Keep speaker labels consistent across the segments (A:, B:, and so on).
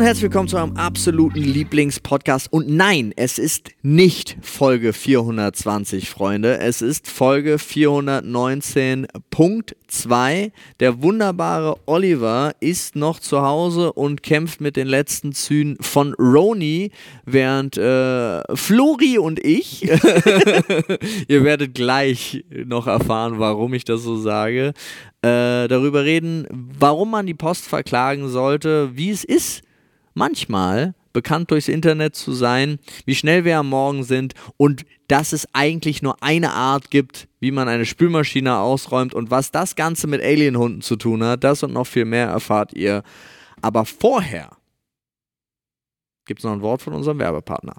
A: herzlich willkommen zu eurem absoluten Lieblingspodcast. Und nein, es ist nicht Folge 420, Freunde. Es ist Folge 419.2. Der wunderbare Oliver ist noch zu Hause und kämpft mit den letzten Zügen von Roni, während äh, Flori und ich, ihr werdet gleich noch erfahren, warum ich das so sage, äh, darüber reden, warum man die Post verklagen sollte, wie es ist, manchmal bekannt durchs Internet zu sein, wie schnell wir am Morgen sind und dass es eigentlich nur eine Art gibt, wie man eine Spülmaschine ausräumt und was das Ganze mit Alienhunden zu tun hat. Das und noch viel mehr erfahrt ihr. Aber vorher gibt es noch ein Wort von unserem Werbepartner.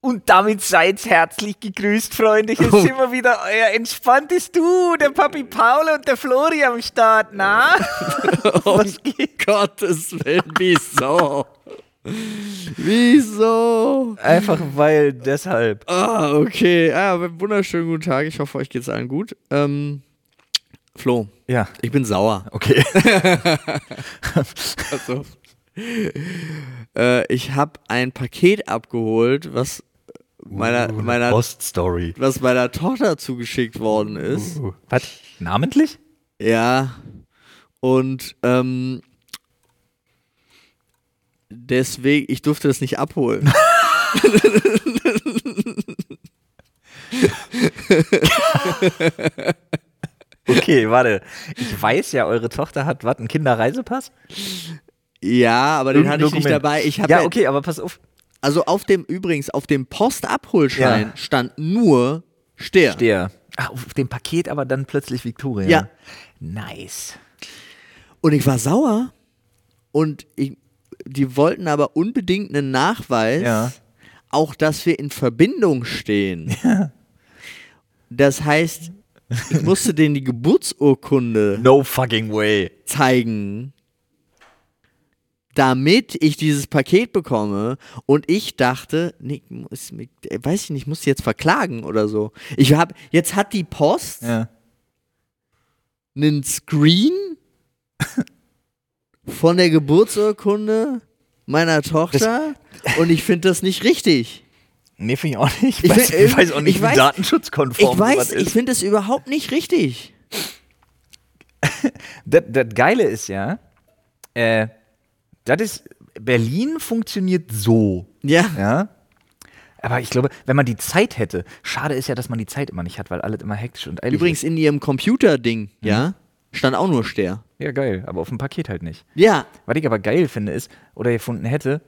B: Und damit seid herzlich gegrüßt, Freunde. Hier sind wir wieder, euer entspanntes Du, der Papi Paul und der Flori am Start. Na? Oh.
A: Um Gottes Willen, wieso? Wieso?
B: Einfach weil deshalb.
A: Ah, okay. Ah, wunderschönen guten Tag. Ich hoffe, euch geht's allen gut. Ähm, Flo,
B: Ja,
A: ich bin sauer.
B: okay.
A: Also, äh, ich habe ein Paket abgeholt, was meiner,
B: Oh,
A: meiner,
B: Post-Story. Oh.
A: was meiner Tochter zugeschickt worden ist.
B: Was? Namentlich?
A: Ja. Und ähm, deswegen, ich durfte das nicht abholen.
B: Okay, warte. Ich weiß ja, eure Tochter hat, was, einen Kinderreisepass?
A: ja, aber den hatte ich nicht dabei. Ich hab
B: ja, okay, aber pass auf.
A: Also auf dem übrigens, auf dem Postabholschein
B: Ja.
A: stand nur Steher.
B: Der. Ach, Ah, auf dem Paket aber dann plötzlich Victoria.
A: Ja.
B: Nice.
A: Und ich war sauer. Und ich, die wollten aber unbedingt einen Nachweis,
B: Ja.
A: auch dass wir in Verbindung stehen. Das heißt, ich musste denen die Geburtsurkunde
B: No fucking way.
A: zeigen, damit ich dieses Paket bekomme. Und ich dachte, nee, muss, mich- äh, weiß ich nicht, muss ich jetzt verklagen oder so. Ich habe, jetzt hat die Post
B: Ja.
A: einen Screen von der Geburtsurkunde meiner Tochter und ich finde das nicht richtig.
B: Nee, finde ich auch nicht. Ich
A: Ich
B: weiß,
A: find-
B: ich weiß auch nicht,
A: ich
B: wie
A: weiß-
B: datenschutzkonform
A: ich
B: sowas
A: weiß,
B: ist.
A: ich finde das überhaupt nicht richtig.
B: Das, das Geile ist ja, äh, das ist, Berlin funktioniert so,
A: Ja.
B: ja. Aber ich glaube, wenn man die Zeit hätte, schade ist ja, dass man die Zeit immer nicht hat, weil alles immer hektisch und eilig
A: Übrigens in ihrem Computerding,
B: Mhm.
A: ja, stand auch nur Ster.
B: ist. Ja, geil, aber auf dem Paket halt nicht.
A: Ja,
B: Was ich aber geil finde ist, oder gefunden hätte,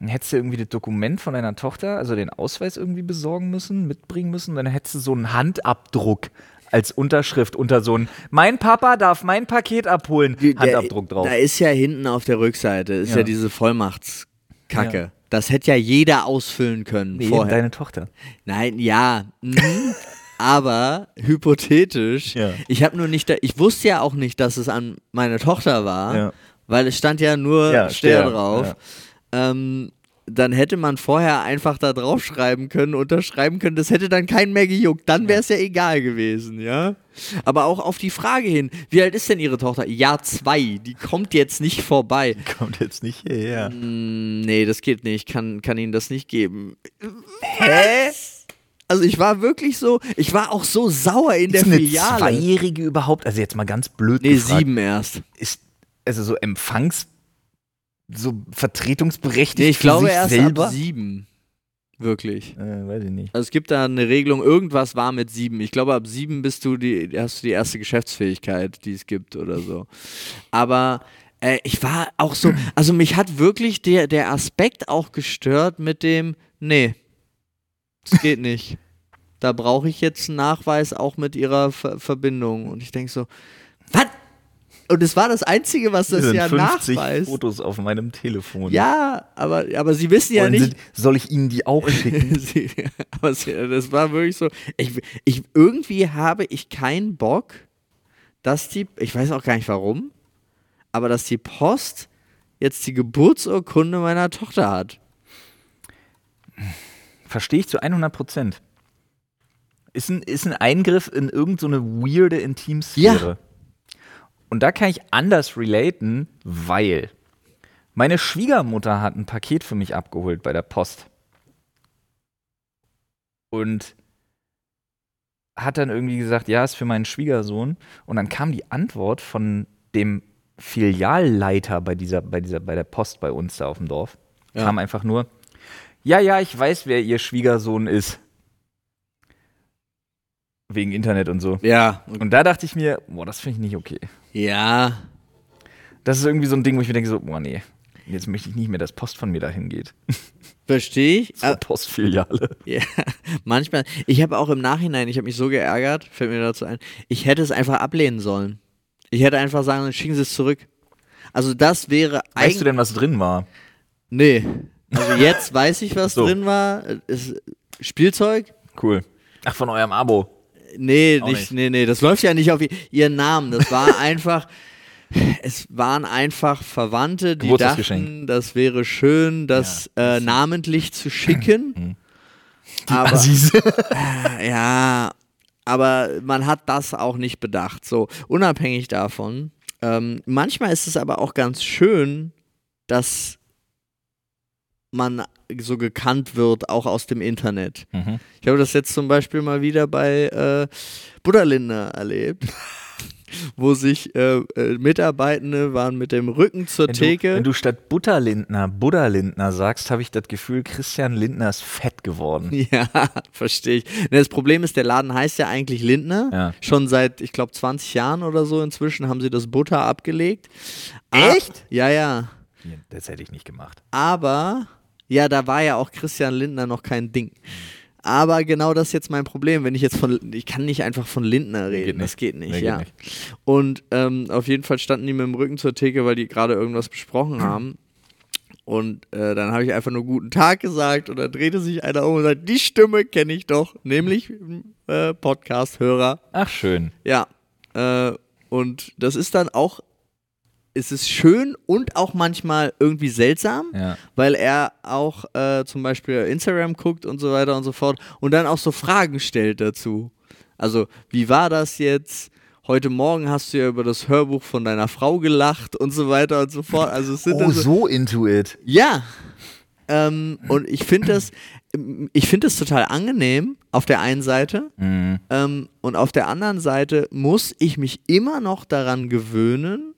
B: dann hättest du irgendwie das Dokument von deiner Tochter, also den Ausweis irgendwie besorgen müssen, mitbringen müssen, dann hättest du so einen Handabdruck als Unterschrift unter so ein Mein Papa darf mein Paket abholen,
A: Die- der-
B: Handabdruck drauf.
A: Da ist ja hinten auf der Rückseite, ist ja,
B: Ja.
A: diese Vollmachtskacke.
B: Ja.
A: Das hätte ja jeder ausfüllen können
B: Nee,
A: vorher.
B: deine Tochter.
A: Nein, ja. Mhm. Aber hypothetisch,
B: Ja.
A: ich habe nur nicht, da, ich wusste ja auch nicht, dass es an meine Tochter war,
B: Ja.
A: weil es stand ja nur
B: Ja,
A: Stern
B: Stern,
A: drauf. Ähm, dann hätte man vorher einfach da draufschreiben können, unterschreiben können, das hätte dann keinen mehr gejuckt. Dann wäre es ja egal gewesen, ja. Aber auch auf die Frage hin, wie alt ist denn ihre Tochter? Ja, zwei, die kommt jetzt nicht vorbei.
B: Kommt jetzt nicht hierher.
A: Mm, Nee, das geht nicht, kann, kann ihnen das nicht geben.
B: Hä?
A: Also ich war wirklich so, ich war auch so sauer in
B: Ist
A: der
B: eine
A: Filiale.
B: Zweijährige überhaupt? Also jetzt mal ganz blöd
A: nee,
B: gefragt.
A: sieben erst.
B: Ist also so Empfangs, so vertretungsberechtigt
A: Nee, ich
B: für
A: glaube
B: sich
A: erst
B: selber?
A: ab sieben. Wirklich.
B: Äh, weiß ich nicht.
A: Also es gibt da eine Regelung, irgendwas war mit sieben. Ich glaube, ab sieben bist du die, hast du die erste Geschäftsfähigkeit, die es gibt oder so. Aber äh, ich war auch so, also mich hat wirklich der, der Aspekt auch gestört mit dem, nee, es geht nicht. Da brauche ich jetzt einen Nachweis auch mit ihrer Ver Verbindung. Und ich denke so, was? Und es war das Einzige, was das ja nachweist.
B: Fotos auf meinem Telefon.
A: Ja, aber, aber sie wissen ja
B: Wollen
A: nicht,
B: Sie, soll ich Ihnen die auch schicken?
A: Sie, aber sie, das war wirklich so. Ich, ich, irgendwie habe ich keinen Bock, dass die, ich weiß auch gar nicht warum, aber dass die Post jetzt die Geburtsurkunde meiner Tochter hat.
B: Verstehe ich zu 100 Prozent. Ist ein, ist ein Eingriff in irgendeine so weirde Intimsphäre. Und da kann ich anders relaten, weil Meine Schwiegermutter hat ein Paket für mich abgeholt bei der Post. Und hat dann irgendwie gesagt, ja, ist für meinen Schwiegersohn. Und dann kam die Antwort von dem Filialleiter bei dieser, bei dieser, bei der Post bei uns da auf dem Dorf.
A: Ja.
B: Kam einfach nur, ja, ja, ich weiß, wer ihr Schwiegersohn ist. Wegen Internet und so.
A: Ja.
B: Und da dachte ich mir, boah, das finde ich nicht okay.
A: Ja.
B: Das ist irgendwie so ein Ding, wo ich mir denke, so, boah, nee. Jetzt möchte ich nicht mehr, dass Post von mir dahin geht.
A: Verstehe ich.
B: Zur Postfiliale.
A: Ja, manchmal. Ich habe auch im Nachhinein, ich habe mich so geärgert, fällt mir dazu ein, ich hätte es einfach ablehnen sollen. Ich hätte einfach sagen sollen, schicken Sie es zurück. Also das wäre
B: Weißt du
A: eigentlich.
B: denn, was drin war?
A: Nee. Also jetzt weiß ich, was
B: So.
A: drin war. Es- Spielzeug?
B: Cool. Ach, von eurem Abo.
A: Nee,
B: Auch
A: nicht,
B: nicht.
A: nee, nee. Das läuft ja nicht auf i- ihren Namen. Das war einfach. Es waren einfach Verwandte, die
B: Geburtstagsgeschenk.
A: dachten, das wäre schön, das äh, namentlich zu schicken. Aber
B: Assis.
A: Ja, aber man hat das auch nicht bedacht. So, unabhängig davon. Ähm, manchmal ist es aber auch ganz schön, dass man so gekannt wird, auch aus dem Internet.
B: Mhm.
A: Ich habe das jetzt zum Beispiel mal wieder bei äh, Budderlinde erlebt, wo sich äh, äh, Mitarbeitende waren mit dem Rücken zur
B: Wenn du,
A: Theke.
B: wenn du statt Butterlindner Buddha-Lindner sagst, habe ich das Gefühl, Christian Lindner ist fett geworden.
A: Ja, verstehe ich. Ne, Das Problem ist, der Laden heißt ja eigentlich Lindner.
B: Ja.
A: Schon seit, ich glaube, 20 Jahren oder so inzwischen haben sie das Butter abgelegt. Ah,
B: Echt?
A: Ja, ja.
B: Das hätte ich nicht gemacht.
A: Aber, ja, da war ja auch Christian Lindner noch kein Ding. Aber genau das ist jetzt mein Problem, wenn ich jetzt von, ich kann nicht einfach von Lindner reden,
B: nicht.
A: das geht nicht,
B: Nee, geht
A: ja.
B: nicht.
A: Und ähm, auf jeden Fall standen die mit dem Rücken zur Theke, weil die gerade irgendwas besprochen haben. Und äh, dann habe ich einfach nur guten Tag gesagt und dann drehte sich einer um und sagt, die Stimme kenne ich doch, nämlich äh, Podcast-Hörer.
B: Ach, schön.
A: Ja. Äh, und das ist dann auch, es ist schön und auch manchmal irgendwie seltsam
B: Ja.
A: weil er auch äh, zum Beispiel Instagram guckt und so weiter und so fort und dann auch so Fragen stellt dazu. Also, wie war das jetzt? Heute Morgen hast du ja über das Hörbuch von deiner Frau gelacht und so weiter und so fort. Also, es sind
B: Oh,
A: dann so,
B: so into it.
A: ja. Ähm, und ich finde das, ich finde das total angenehm auf der einen Seite
B: Mhm.
A: ähm, und auf der anderen Seite muss ich mich immer noch daran gewöhnen,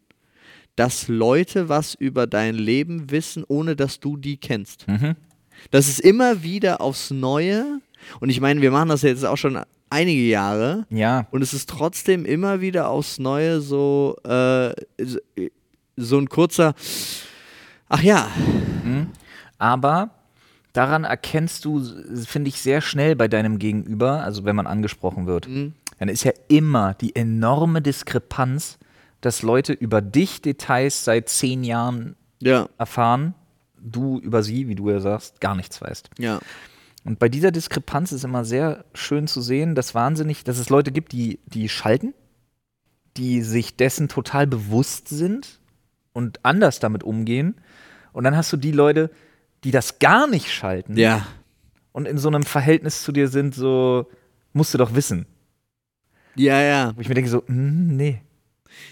A: dass Leute was über dein Leben wissen, ohne dass du die kennst.
B: Mhm.
A: Das ist immer wieder aufs Neue. Und ich meine, wir machen das jetzt auch schon einige Jahre.
B: Ja.
A: Und es ist trotzdem immer wieder aufs Neue so, äh, so- so ein kurzer. Ach ja,
B: Aber daran erkennst du, finde ich, sehr schnell bei deinem Gegenüber, also wenn man angesprochen wird, dann ist ja immer die enorme Diskrepanz, dass Leute über dich Details seit zehn Jahren
A: ja,
B: erfahren, du über sie, wie du ja sagst, gar nichts weißt.
A: ja,
B: Und bei dieser Diskrepanz ist immer sehr schön zu sehen, dass wahnsinnig, dass es Leute gibt, die, die schalten, die sich dessen total bewusst sind und anders damit umgehen. Und dann hast du die Leute, die das gar nicht schalten
A: ja.
B: und in so einem Verhältnis zu dir sind, so musst du doch wissen.
A: Ja, ja.
B: Wo ich mir denke, so, mm, nee.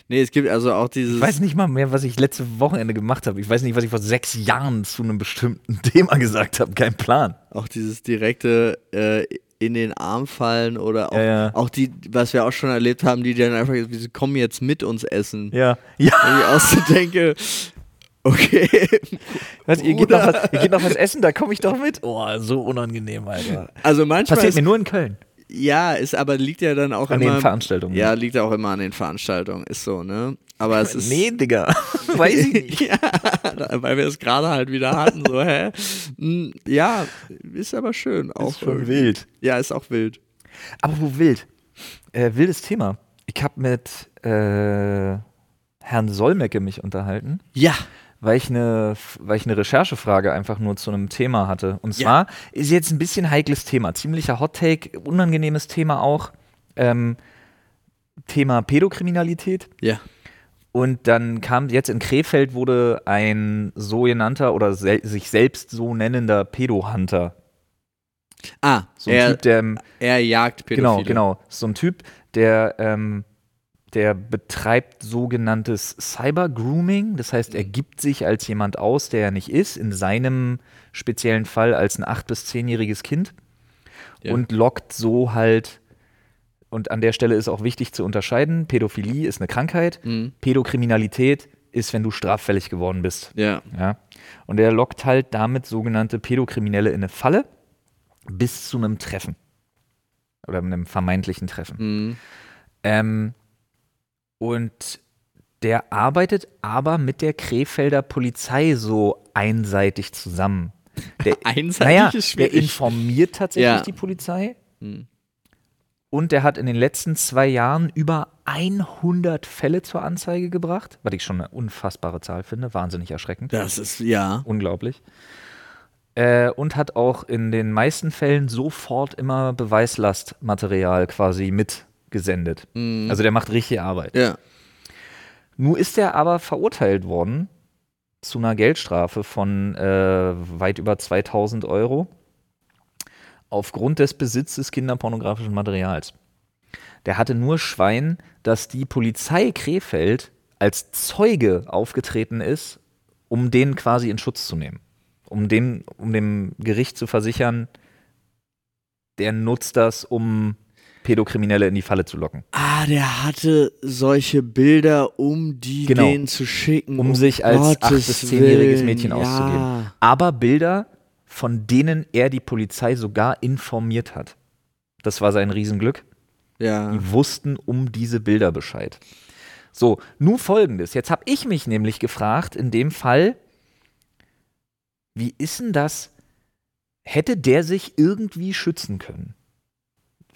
A: Nee, es gibt also auch dieses.
B: Ich weiß nicht mal mehr, was ich letzte Wochenende gemacht habe. Ich weiß nicht, was ich vor sechs Jahren zu einem bestimmten Thema gesagt habe. Kein Plan.
A: Auch dieses direkte äh, in den Arm fallen oder auch,
B: Ja, ja.
A: auch die, was wir auch schon erlebt haben, die dann einfach, sie kommen jetzt mit uns essen.
B: Ja. Ja.
A: Wenn ich auszudenke, okay.
B: Was, ihr, geht noch
A: Bruder.
B: was, ihr geht noch was essen, da komme ich doch mit. Oh, so unangenehm, Alter.
A: Also manchmal
B: Passiert
A: ist,
B: mir nur in Köln.
A: ja, ist aber liegt ja dann auch
B: An
A: immer
B: den Veranstaltungen.
A: Ja, liegt ja auch immer an den Veranstaltungen, ist so, ne? Aber es ist
B: Nee, Digga. Weiß ich nicht.
A: ja, weil wir es gerade halt wieder hatten, so, hä? Mm, Ja, ist aber schön. Auch irgendwie.
B: wild.
A: Ja, ist auch wild.
B: Aber wo wild? Äh, wildes Thema. Ich habe mit äh, Herrn Solmecke mich unterhalten,
A: Ja.
B: weil ich eine weil ich eine Recherchefrage einfach nur zu einem Thema hatte. Und
A: Ja.
B: zwar ist jetzt ein bisschen heikles Thema, ziemlicher Hot Take, unangenehmes Thema auch. Ähm, Thema Pädokriminalität.
A: Ja.
B: Und dann kam jetzt in Krefeld wurde ein so genannter oder sel sich selbst so nennender Pedo-Hunter.
A: Ah,
B: So ein
A: er,
B: Typ, der im,
A: er jagt Pädophile.
B: genau, genau, so ein Typ, der ähm, der betreibt sogenanntes Cyber-Grooming. Das heißt, er gibt sich als jemand aus, der er nicht ist, in seinem speziellen Fall als ein 8- bis 10-jähriges Kind
A: Ja.
B: und lockt so halt. Und an der Stelle ist auch wichtig zu unterscheiden: Pädophilie ist eine Krankheit,
A: Hm.
B: Pädokriminalität ist, wenn du straffällig geworden bist.
A: Ja.
B: Ja. Und er lockt halt damit sogenannte Pädokriminelle in eine Falle bis zu einem Treffen. Oder einem vermeintlichen Treffen.
A: Mhm.
B: Ähm, und der arbeitet aber mit der Krefelder Polizei so einseitig zusammen. Der,
A: Einseitig
B: naja,
A: ist
B: der
A: schwierig.
B: informiert tatsächlich
A: Ja.
B: die Polizei.
A: Mhm.
B: Und der hat in den letzten zwei Jahren über 100 Fälle zur Anzeige gebracht, was ich schon eine unfassbare Zahl finde, wahnsinnig erschreckend.
A: Das ist, ja.
B: Unglaublich. Äh, und hat auch in den meisten Fällen sofort immer Beweislastmaterial quasi mitgesendet. Also der macht richtige Arbeit.
A: Ja.
B: Nur ist er aber verurteilt worden zu einer Geldstrafe von äh, weit über 2000 Euro aufgrund des Besitzes kinderpornografischen Materials. Der hatte nur Schwein, dass die Polizei Krefeld als Zeuge aufgetreten ist, um den quasi in Schutz zu nehmen. Um, den, um dem Gericht zu versichern, der nutzt das, um Pädokriminelle in die Falle zu locken.
A: Ah, der hatte solche Bilder, um die
B: Genau.
A: denen zu schicken.
B: um sich als 8- bis 10-jähriges Mädchen auszugeben. Aber Bilder, von denen er die Polizei sogar informiert hat. Das war sein Riesenglück.
A: Ja.
B: Die wussten um diese Bilder Bescheid. So, nun folgendes. Jetzt habe ich mich nämlich gefragt, in dem Fall, wie ist denn das? Hätte der sich irgendwie schützen können,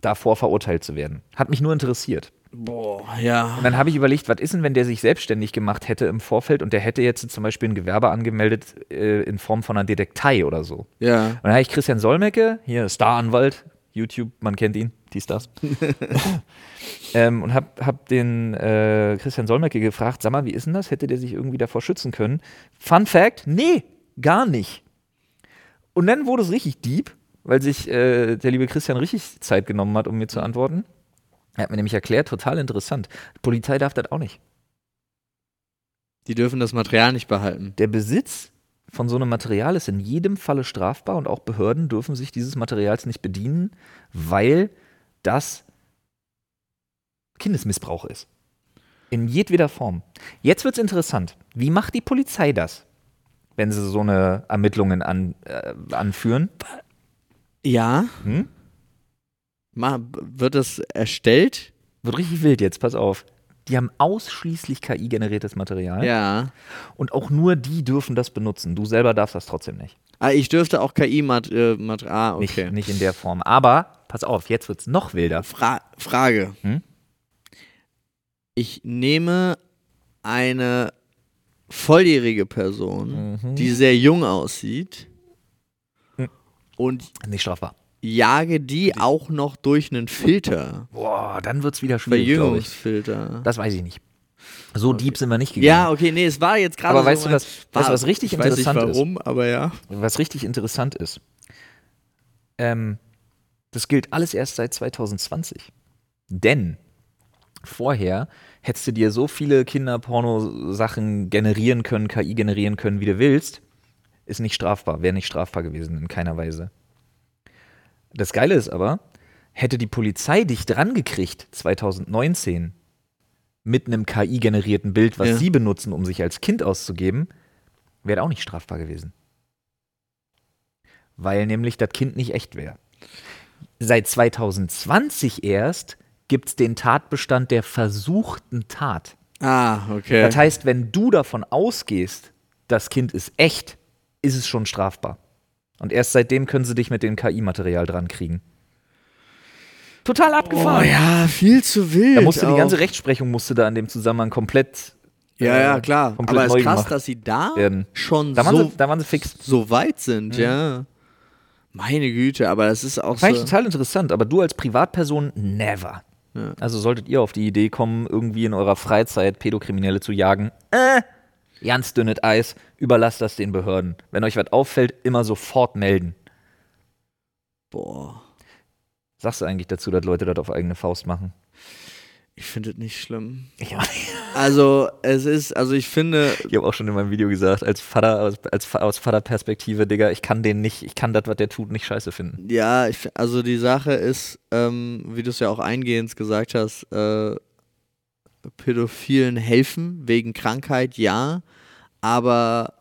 B: davor verurteilt zu werden? Hat mich nur interessiert.
A: Boah, ja.
B: Und dann habe ich überlegt, was ist denn, wenn der sich selbstständig gemacht hätte im Vorfeld und der hätte jetzt zum Beispiel ein Gewerbe angemeldet äh, in Form von einer Detektei oder so.
A: Ja.
B: Und dann habe ich Christian Solmecke, hier Staranwalt, YouTube, man kennt ihn, die Stars. ähm, und habe hab den äh, Christian Solmecke gefragt, sag mal, wie ist denn das? Hätte der sich irgendwie davor schützen können? Fun Fact, nee, gar nicht. Und dann wurde es richtig deep, weil sich äh, der liebe Christian richtig Zeit genommen hat, um mir zu antworten. Er hat mir nämlich erklärt, total interessant. Die Polizei darf das auch nicht.
A: Die dürfen das Material nicht behalten.
B: Der Besitz von so einem Material ist in jedem Falle strafbar und auch Behörden dürfen sich dieses Materials nicht bedienen, weil das Kindesmissbrauch ist. In jedweder Form. Jetzt wird's interessant. Wie macht die Polizei das, wenn sie so eine Ermittlungen an, äh, anführen?
A: Ja.
B: Hm?
A: Ma, b- wird das erstellt?
B: Wird richtig wild jetzt, pass auf. Die haben ausschließlich KI-generiertes Material
A: Ja.
B: und auch nur die dürfen das benutzen. Du selber darfst das trotzdem nicht.
A: Ah, ich dürfte auch KI-Material. Mat ah, okay.
B: Nicht, nicht in der Form. Aber pass auf, jetzt wird es noch wilder.
A: Fra Frage.
B: Hm?
A: Ich nehme eine volljährige Person,
B: Mhm.
A: die sehr jung aussieht,
B: Hm.
A: und
B: Nicht strafbar.
A: jage die auch noch durch einen Filter.
B: Boah, dann wird es wieder schwierig, glaube ich.
A: Verjüngungsfilter.
B: Das weiß ich nicht. So deep sind wir nicht gegangen.
A: Ja, okay, nee, es war jetzt gerade.
B: Aber
A: so
B: weißt du,
A: mein-
B: was- weißt du, was richtig
A: ich weiß
B: interessant
A: nicht
B: ist?
A: warum, aber ja.
B: Was richtig interessant ist, ähm, das gilt alles erst seit 2020. Denn vorher hättest du dir so viele Kinderporno-Sachen generieren können, KI generieren können, wie du willst, ist nicht strafbar, wäre nicht strafbar gewesen in keiner Weise. Das Geile ist aber, hätte die Polizei dich drangekriegt 2019 mit einem KI-generierten Bild, was
A: Ja.
B: sie benutzen, um sich als Kind auszugeben, wäre auch nicht strafbar gewesen. Weil nämlich das Kind nicht echt wäre. Seit 2020 erst gibt es den Tatbestand der versuchten Tat.
A: Ah, okay.
B: Das heißt, wenn du davon ausgehst, das Kind ist echt, ist es schon strafbar. Und erst seitdem können sie dich mit dem KI-Material dran kriegen. Total
A: oh
B: abgefahren.
A: ja, viel zu wild.
B: Da musste die
A: auch.
B: ganze Rechtsprechung musste da in dem Zusammenhang komplett
A: Ja,
B: äh,
A: ja, klar.
B: komplett
A: Aber es
B: neu
A: ist krass,
B: gemacht
A: dass sie da
B: werden.
A: schon
B: Da waren,
A: so,
B: sie, da waren sie fix. Mhm.
A: so weit sind, ja. Meine Güte, aber das ist auch
B: Fand ich
A: so.
B: total interessant, aber du als Privatperson never.
A: Ja.
B: Also solltet ihr auf die Idee kommen, irgendwie in eurer Freizeit Pädokriminelle zu jagen, äh, ganz dünnes Eis, überlasst das den Behörden. Wenn euch was auffällt, immer sofort melden.
A: Boah.
B: Sagst du eigentlich dazu, dass Leute das auf eigene Faust machen?
A: Ich finde es nicht schlimm.
B: Ich,
A: Also, es ist, also ich finde,
B: habe auch schon in meinem Video gesagt, als Vater, aus, als, Fa- aus Vaterperspektive, Digga, ich kann den nicht, ich kann das, was der tut, nicht scheiße finden.
A: ja, ich, fi- also die Sache ist, ähm, wie du es ja auch eingehend gesagt hast, äh, Pädophilen helfen wegen Krankheit, ja, aber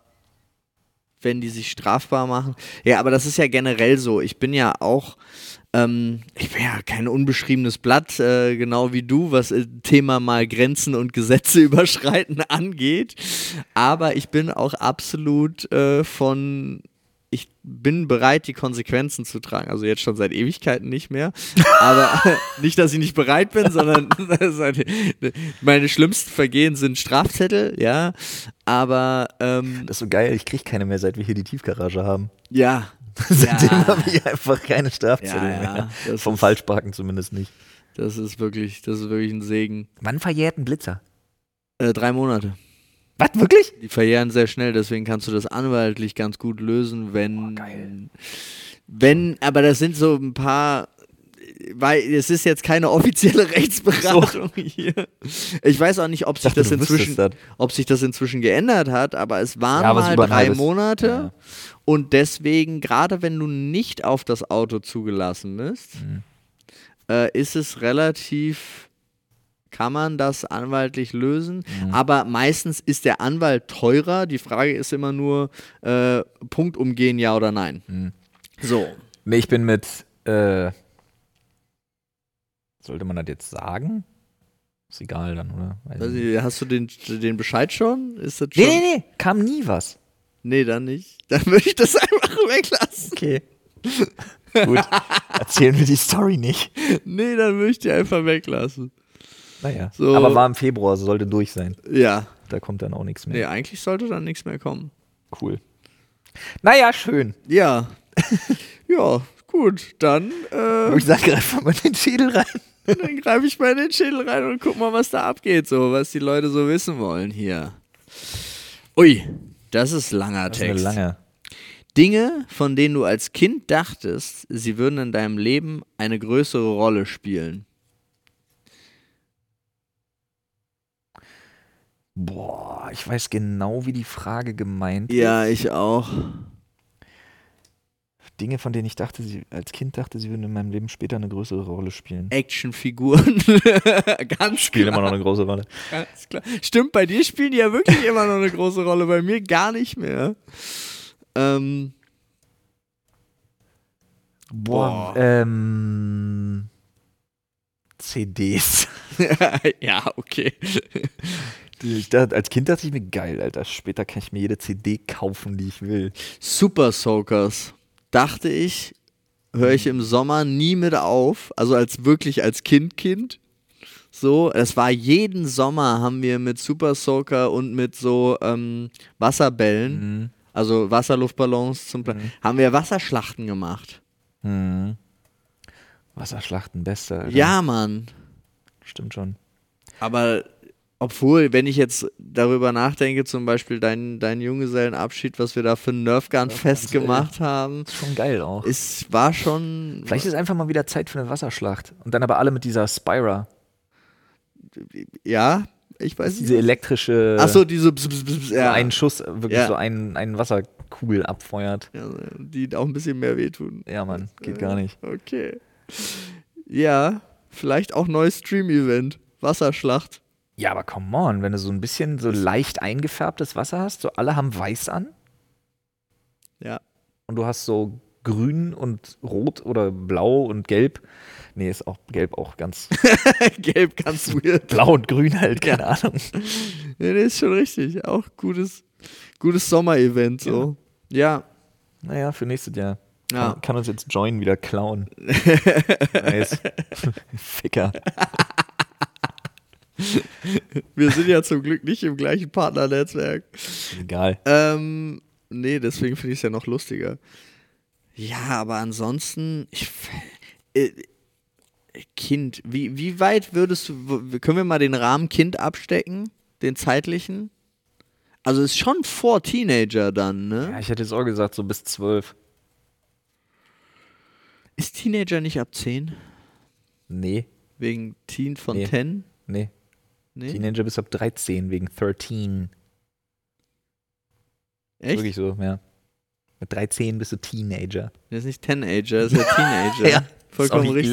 A: wenn die sich strafbar machen. Ja, aber das ist ja generell so. Ich bin ja auch, ähm, ich bin ja kein unbeschriebenes Blatt, äh, genau wie du, was äh, Thema mal Grenzen und Gesetze überschreiten angeht. Aber ich bin auch absolut äh, von. Ich bin bereit, die Konsequenzen zu tragen. Also jetzt schon seit Ewigkeiten nicht mehr. Aber nicht, dass ich nicht bereit bin, sondern das ist eine, meine schlimmsten Vergehen sind Strafzettel, ja. Aber ähm,
B: Das ist so geil, ich krieg keine mehr, seit wir hier die Tiefgarage haben.
A: ja.
B: Seitdem
A: Ja.
B: habe ich einfach keine Strafzettel
A: Ja, ja,
B: mehr.
A: das
B: Vom
A: ist-
B: Falschparken zumindest nicht.
A: Das ist wirklich, das ist wirklich ein Segen.
B: Wann verjährt ein Blitzer?
A: Äh, drei Monate.
B: Was, wirklich?
A: Die verjähren sehr schnell, deswegen kannst du das anwaltlich ganz gut lösen, wenn.
B: Oh, geil.
A: Wenn, aber das sind so ein paar. Weil es ist jetzt keine offizielle Rechtsberatung hier. Ich weiß auch nicht, ob sich,
B: dachte,
A: das
B: du wüsstest
A: inzwischen,
B: das.
A: ob sich das inzwischen geändert hat, aber es waren
B: Ja, aber es ist
A: mal
B: über ein
A: drei
B: halbes-
A: Monate.
B: Ja.
A: Und deswegen, gerade wenn du nicht auf das Auto zugelassen bist,
B: Mhm.
A: äh, ist es relativ, kann man das anwaltlich lösen.
B: Hm. Mhm.
A: Aber meistens ist der Anwalt teurer. Die Frage ist immer nur, äh, Punkt umgehen, ja oder nein.
B: Mhm.
A: So.
B: Nee, ich bin mit. Äh, sollte man das jetzt sagen? Ist egal dann, oder? Weiß
A: Weiß
B: nicht.
A: ich, Hast du den, den Bescheid schon? Ist das schon?
B: Nee, nee, nee, kam nie was.
A: Nee, dann nicht. Dann würde ich das einfach weglassen.
B: Okay. Gut. Erzählen wir die Story nicht.
A: Nee, dann würde ich die einfach weglassen.
B: Naja.
A: So.
B: Aber war im Februar, also sollte durch sein.
A: Ja.
B: Da kommt dann auch nichts mehr.
A: Nee, eigentlich sollte dann nichts mehr kommen.
B: Cool. Naja, schön.
A: Ja. ja, gut. Dann, äh,
B: Ich sage einfach mal den Schädel rein.
A: dann greife ich mal in den Schädel rein und guck mal, was da abgeht, so, was die Leute so wissen wollen hier. Ui, das ist langer
B: Das ist eine
A: Text.
B: lange.
A: Dinge, von denen du als Kind dachtest, sie würden in deinem Leben eine größere Rolle spielen.
B: Boah, ich weiß genau, wie die Frage gemeint
A: Ja,
B: ist.
A: ich auch.
B: Dinge, von denen ich dachte, sie, als Kind dachte, sie würden in meinem Leben später eine größere Rolle spielen.
A: Actionfiguren. Ganz
B: Spielen
A: klar.
B: immer noch eine große Rolle.
A: Ganz klar. Stimmt, bei dir spielen die ja wirklich immer noch eine große Rolle, bei mir gar nicht mehr. Ähm,
B: Boah.
A: Boah.
B: Ähm, CDs.
A: ja, okay.
B: Ich dachte, als Kind dachte ich mir, geil, Alter, später kann ich mir jede CD kaufen, die ich will.
A: Super Soakers. Dachte ich, höre
B: Mhm.
A: ich im Sommer nie mit auf. Also als wirklich als Kind, Kind. So, es war jeden Sommer haben wir mit Super Soaker und mit so ähm,
B: Mhm.
A: Wasserbällen, also Wasserluftballons zum Pla haben wir Wasserschlachten gemacht.
B: Mhm. Wasserschlachten, beste. Alter.
A: Ja, Mann.
B: Stimmt schon.
A: Aber obwohl, wenn ich jetzt darüber nachdenke, zum Beispiel deinen dein Junggesellenabschied, was wir da für ein Nerfgun-Fest gemacht haben,
B: Ist schon geil auch.
A: es war schon.
B: Vielleicht ist einfach mal wieder Zeit für eine Wasserschlacht. Und dann aber alle mit dieser Spira.
A: Ja, ich weiß
B: Diese
A: nicht.
B: elektrische.
A: Achso, diese. Bzz, bzz, bzz,
B: so
A: ja.
B: einen Schuss, wirklich
A: Ja.
B: so einen, einen Wasserkugel abfeuert.
A: ja, die auch ein bisschen mehr wehtun.
B: Ja, Mann,
A: Äh.
B: geht gar nicht.
A: Okay. Ja, vielleicht auch neues Stream-Event. Wasserschlacht.
B: Ja, aber come on, wenn du so ein bisschen so leicht eingefärbtes Wasser hast, so alle haben weiß an.
A: Ja.
B: Und du hast so grün und rot oder blau und gelb. Nee, ist auch gelb auch ganz.
A: Gelb, ganz weird.
B: blau und grün halt, keine Ahnung.
A: Nee, nee, ist schon richtig. Auch gutes, gutes Sommer-Event. So. Ja.
B: Naja, für nächstes Jahr.
A: Ja.
B: Kann, kann uns jetzt Join wieder klauen. nice. Ficker.
A: Wir sind ja zum Glück nicht im gleichen Partnernetzwerk.
B: Egal.
A: Ähm, nee, deswegen finde ich es ja noch lustiger. Ja, aber ansonsten, ich, f- äh, Kind, wie, wie weit würdest du, w- können wir mal den Rahmen Kind abstecken, den zeitlichen? Also ist schon vor Teenager dann, ne?
B: Ja, ich hätte jetzt auch gesagt, so bis zwölf.
A: Ist Teenager nicht ab 10?
B: Nee.
A: Wegen Teen von
B: Nee.
A: 10?
B: Nee,
A: Nee?
B: Teenager bis ab 13 wegen 13.
A: Echt?
B: Wirklich so, ja. Mit 13 bist du Teenager.
A: Der ist nicht Teenager, das ist ja Teenager.
B: Ja,
A: Vollkommen richtig.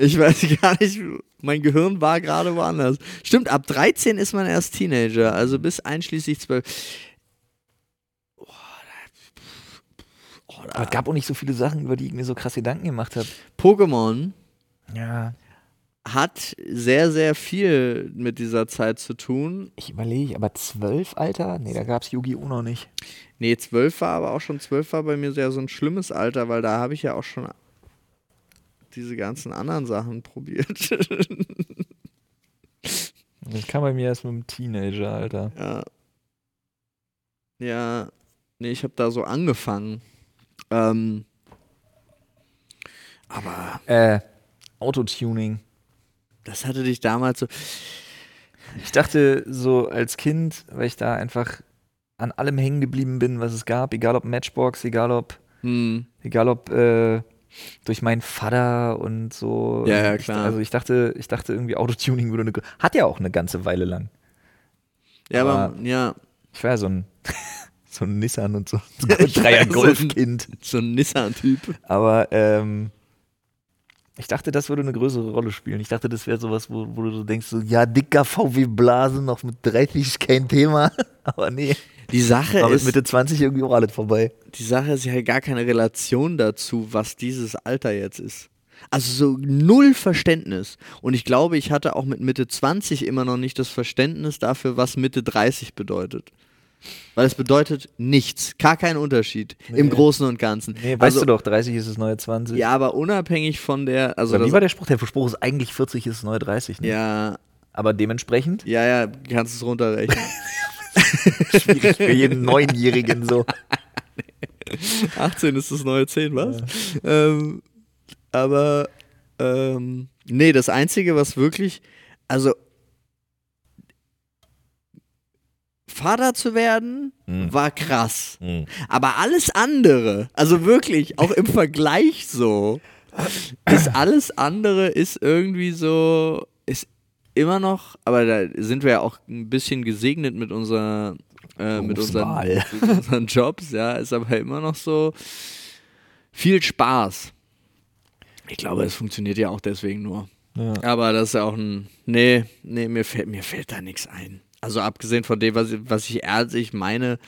A: Ich weiß gar nicht, mein Gehirn war gerade woanders. Stimmt, ab 13 ist man erst Teenager, also bis einschließlich 12. Oh, da, oh,
B: Aber es
A: da.
B: gab auch nicht so viele Sachen, über die ich mir so krass Gedanken gemacht habe.
A: Pokémon
B: Ja.
A: hat sehr, sehr viel mit dieser Zeit zu tun.
B: Ich überlege, aber 12, Alter? Nee, da gab's Yu-Gi-Oh! noch nicht.
A: Nee, 12 war aber auch schon, 12 war bei mir sehr so ein schlimmes Alter, weil da habe ich ja auch schon diese ganzen anderen Sachen probiert.
B: Das kam bei mir erst mit dem Teenager, Alter.
A: Ja. Ja, nee, ich habe da so angefangen. Ähm, aber
B: Äh, Autotuning.
A: das hatte dich damals so.
B: Ich dachte so als Kind, weil ich da einfach an allem hängen geblieben bin, was es gab, egal ob Matchbox, egal ob,
A: Hm,
B: egal ob äh, durch meinen Vater und so.
A: Ja, ja,
B: Ich-
A: klar.
B: Also ich dachte, ich dachte irgendwie Autotuning würde eine, gro- hat ja auch eine ganze Weile lang.
A: ja, aber,
B: Aber-
A: ja,
B: Ich war ja so ein, so ein Nissan und so ein Dreier Golfkind.
A: so ein Nissan-Typ.
B: Aber ähm, ich dachte, das würde eine größere Rolle spielen. Ich dachte, das wäre sowas, wo, wo du so denkst, so, ja, dicker VW-Blase noch mit 30 kein Thema. Aber nee,
A: Die Sache,
B: war mit
A: ist,
B: Mitte 20 irgendwie auch alles vorbei.
A: die Sache ist ja gar keine Relation dazu, was dieses Alter jetzt ist. Also so null Verständnis. Und ich glaube, ich hatte auch mit Mitte 20 immer noch nicht das Verständnis dafür, was Mitte 30 bedeutet. Weil es bedeutet nichts, gar kein Unterschied im
B: Nee.
A: Großen und Ganzen.
B: Nee, weißt
A: also,
B: du doch, 30 ist das neue 20.
A: Ja, aber unabhängig von der, also
B: Oder
A: das,
B: wie war der Spruch? Der Spruch ist eigentlich 40 ist das neue 30. Ne?
A: ja,
B: Aber dementsprechend
A: ja, ja, kannst es runterrechnen.
B: schwierig für jeden Neunjährigen so.
A: 18 ist das neue 10, was? Ähm, aber ähm, nee, das Einzige, was wirklich, also Vater zu werden,
B: Hm, Mhm.
A: war krass. Aber alles andere, also wirklich, auch im Vergleich so, ist alles andere ist irgendwie so, ist immer noch, aber da sind wir ja auch ein bisschen gesegnet mit unserer, äh, mit unseren,
B: Berufswahl.
A: mit unseren Jobs, ja, ist aber immer noch so viel Spaß. Ich glaube, es funktioniert ja auch deswegen nur.
B: Ja.
A: Aber das ist ja auch ein. Nee, nee, mir fällt, mir fällt da nichts ein. Also abgesehen von dem, was, ich- was ich ehrlich meine,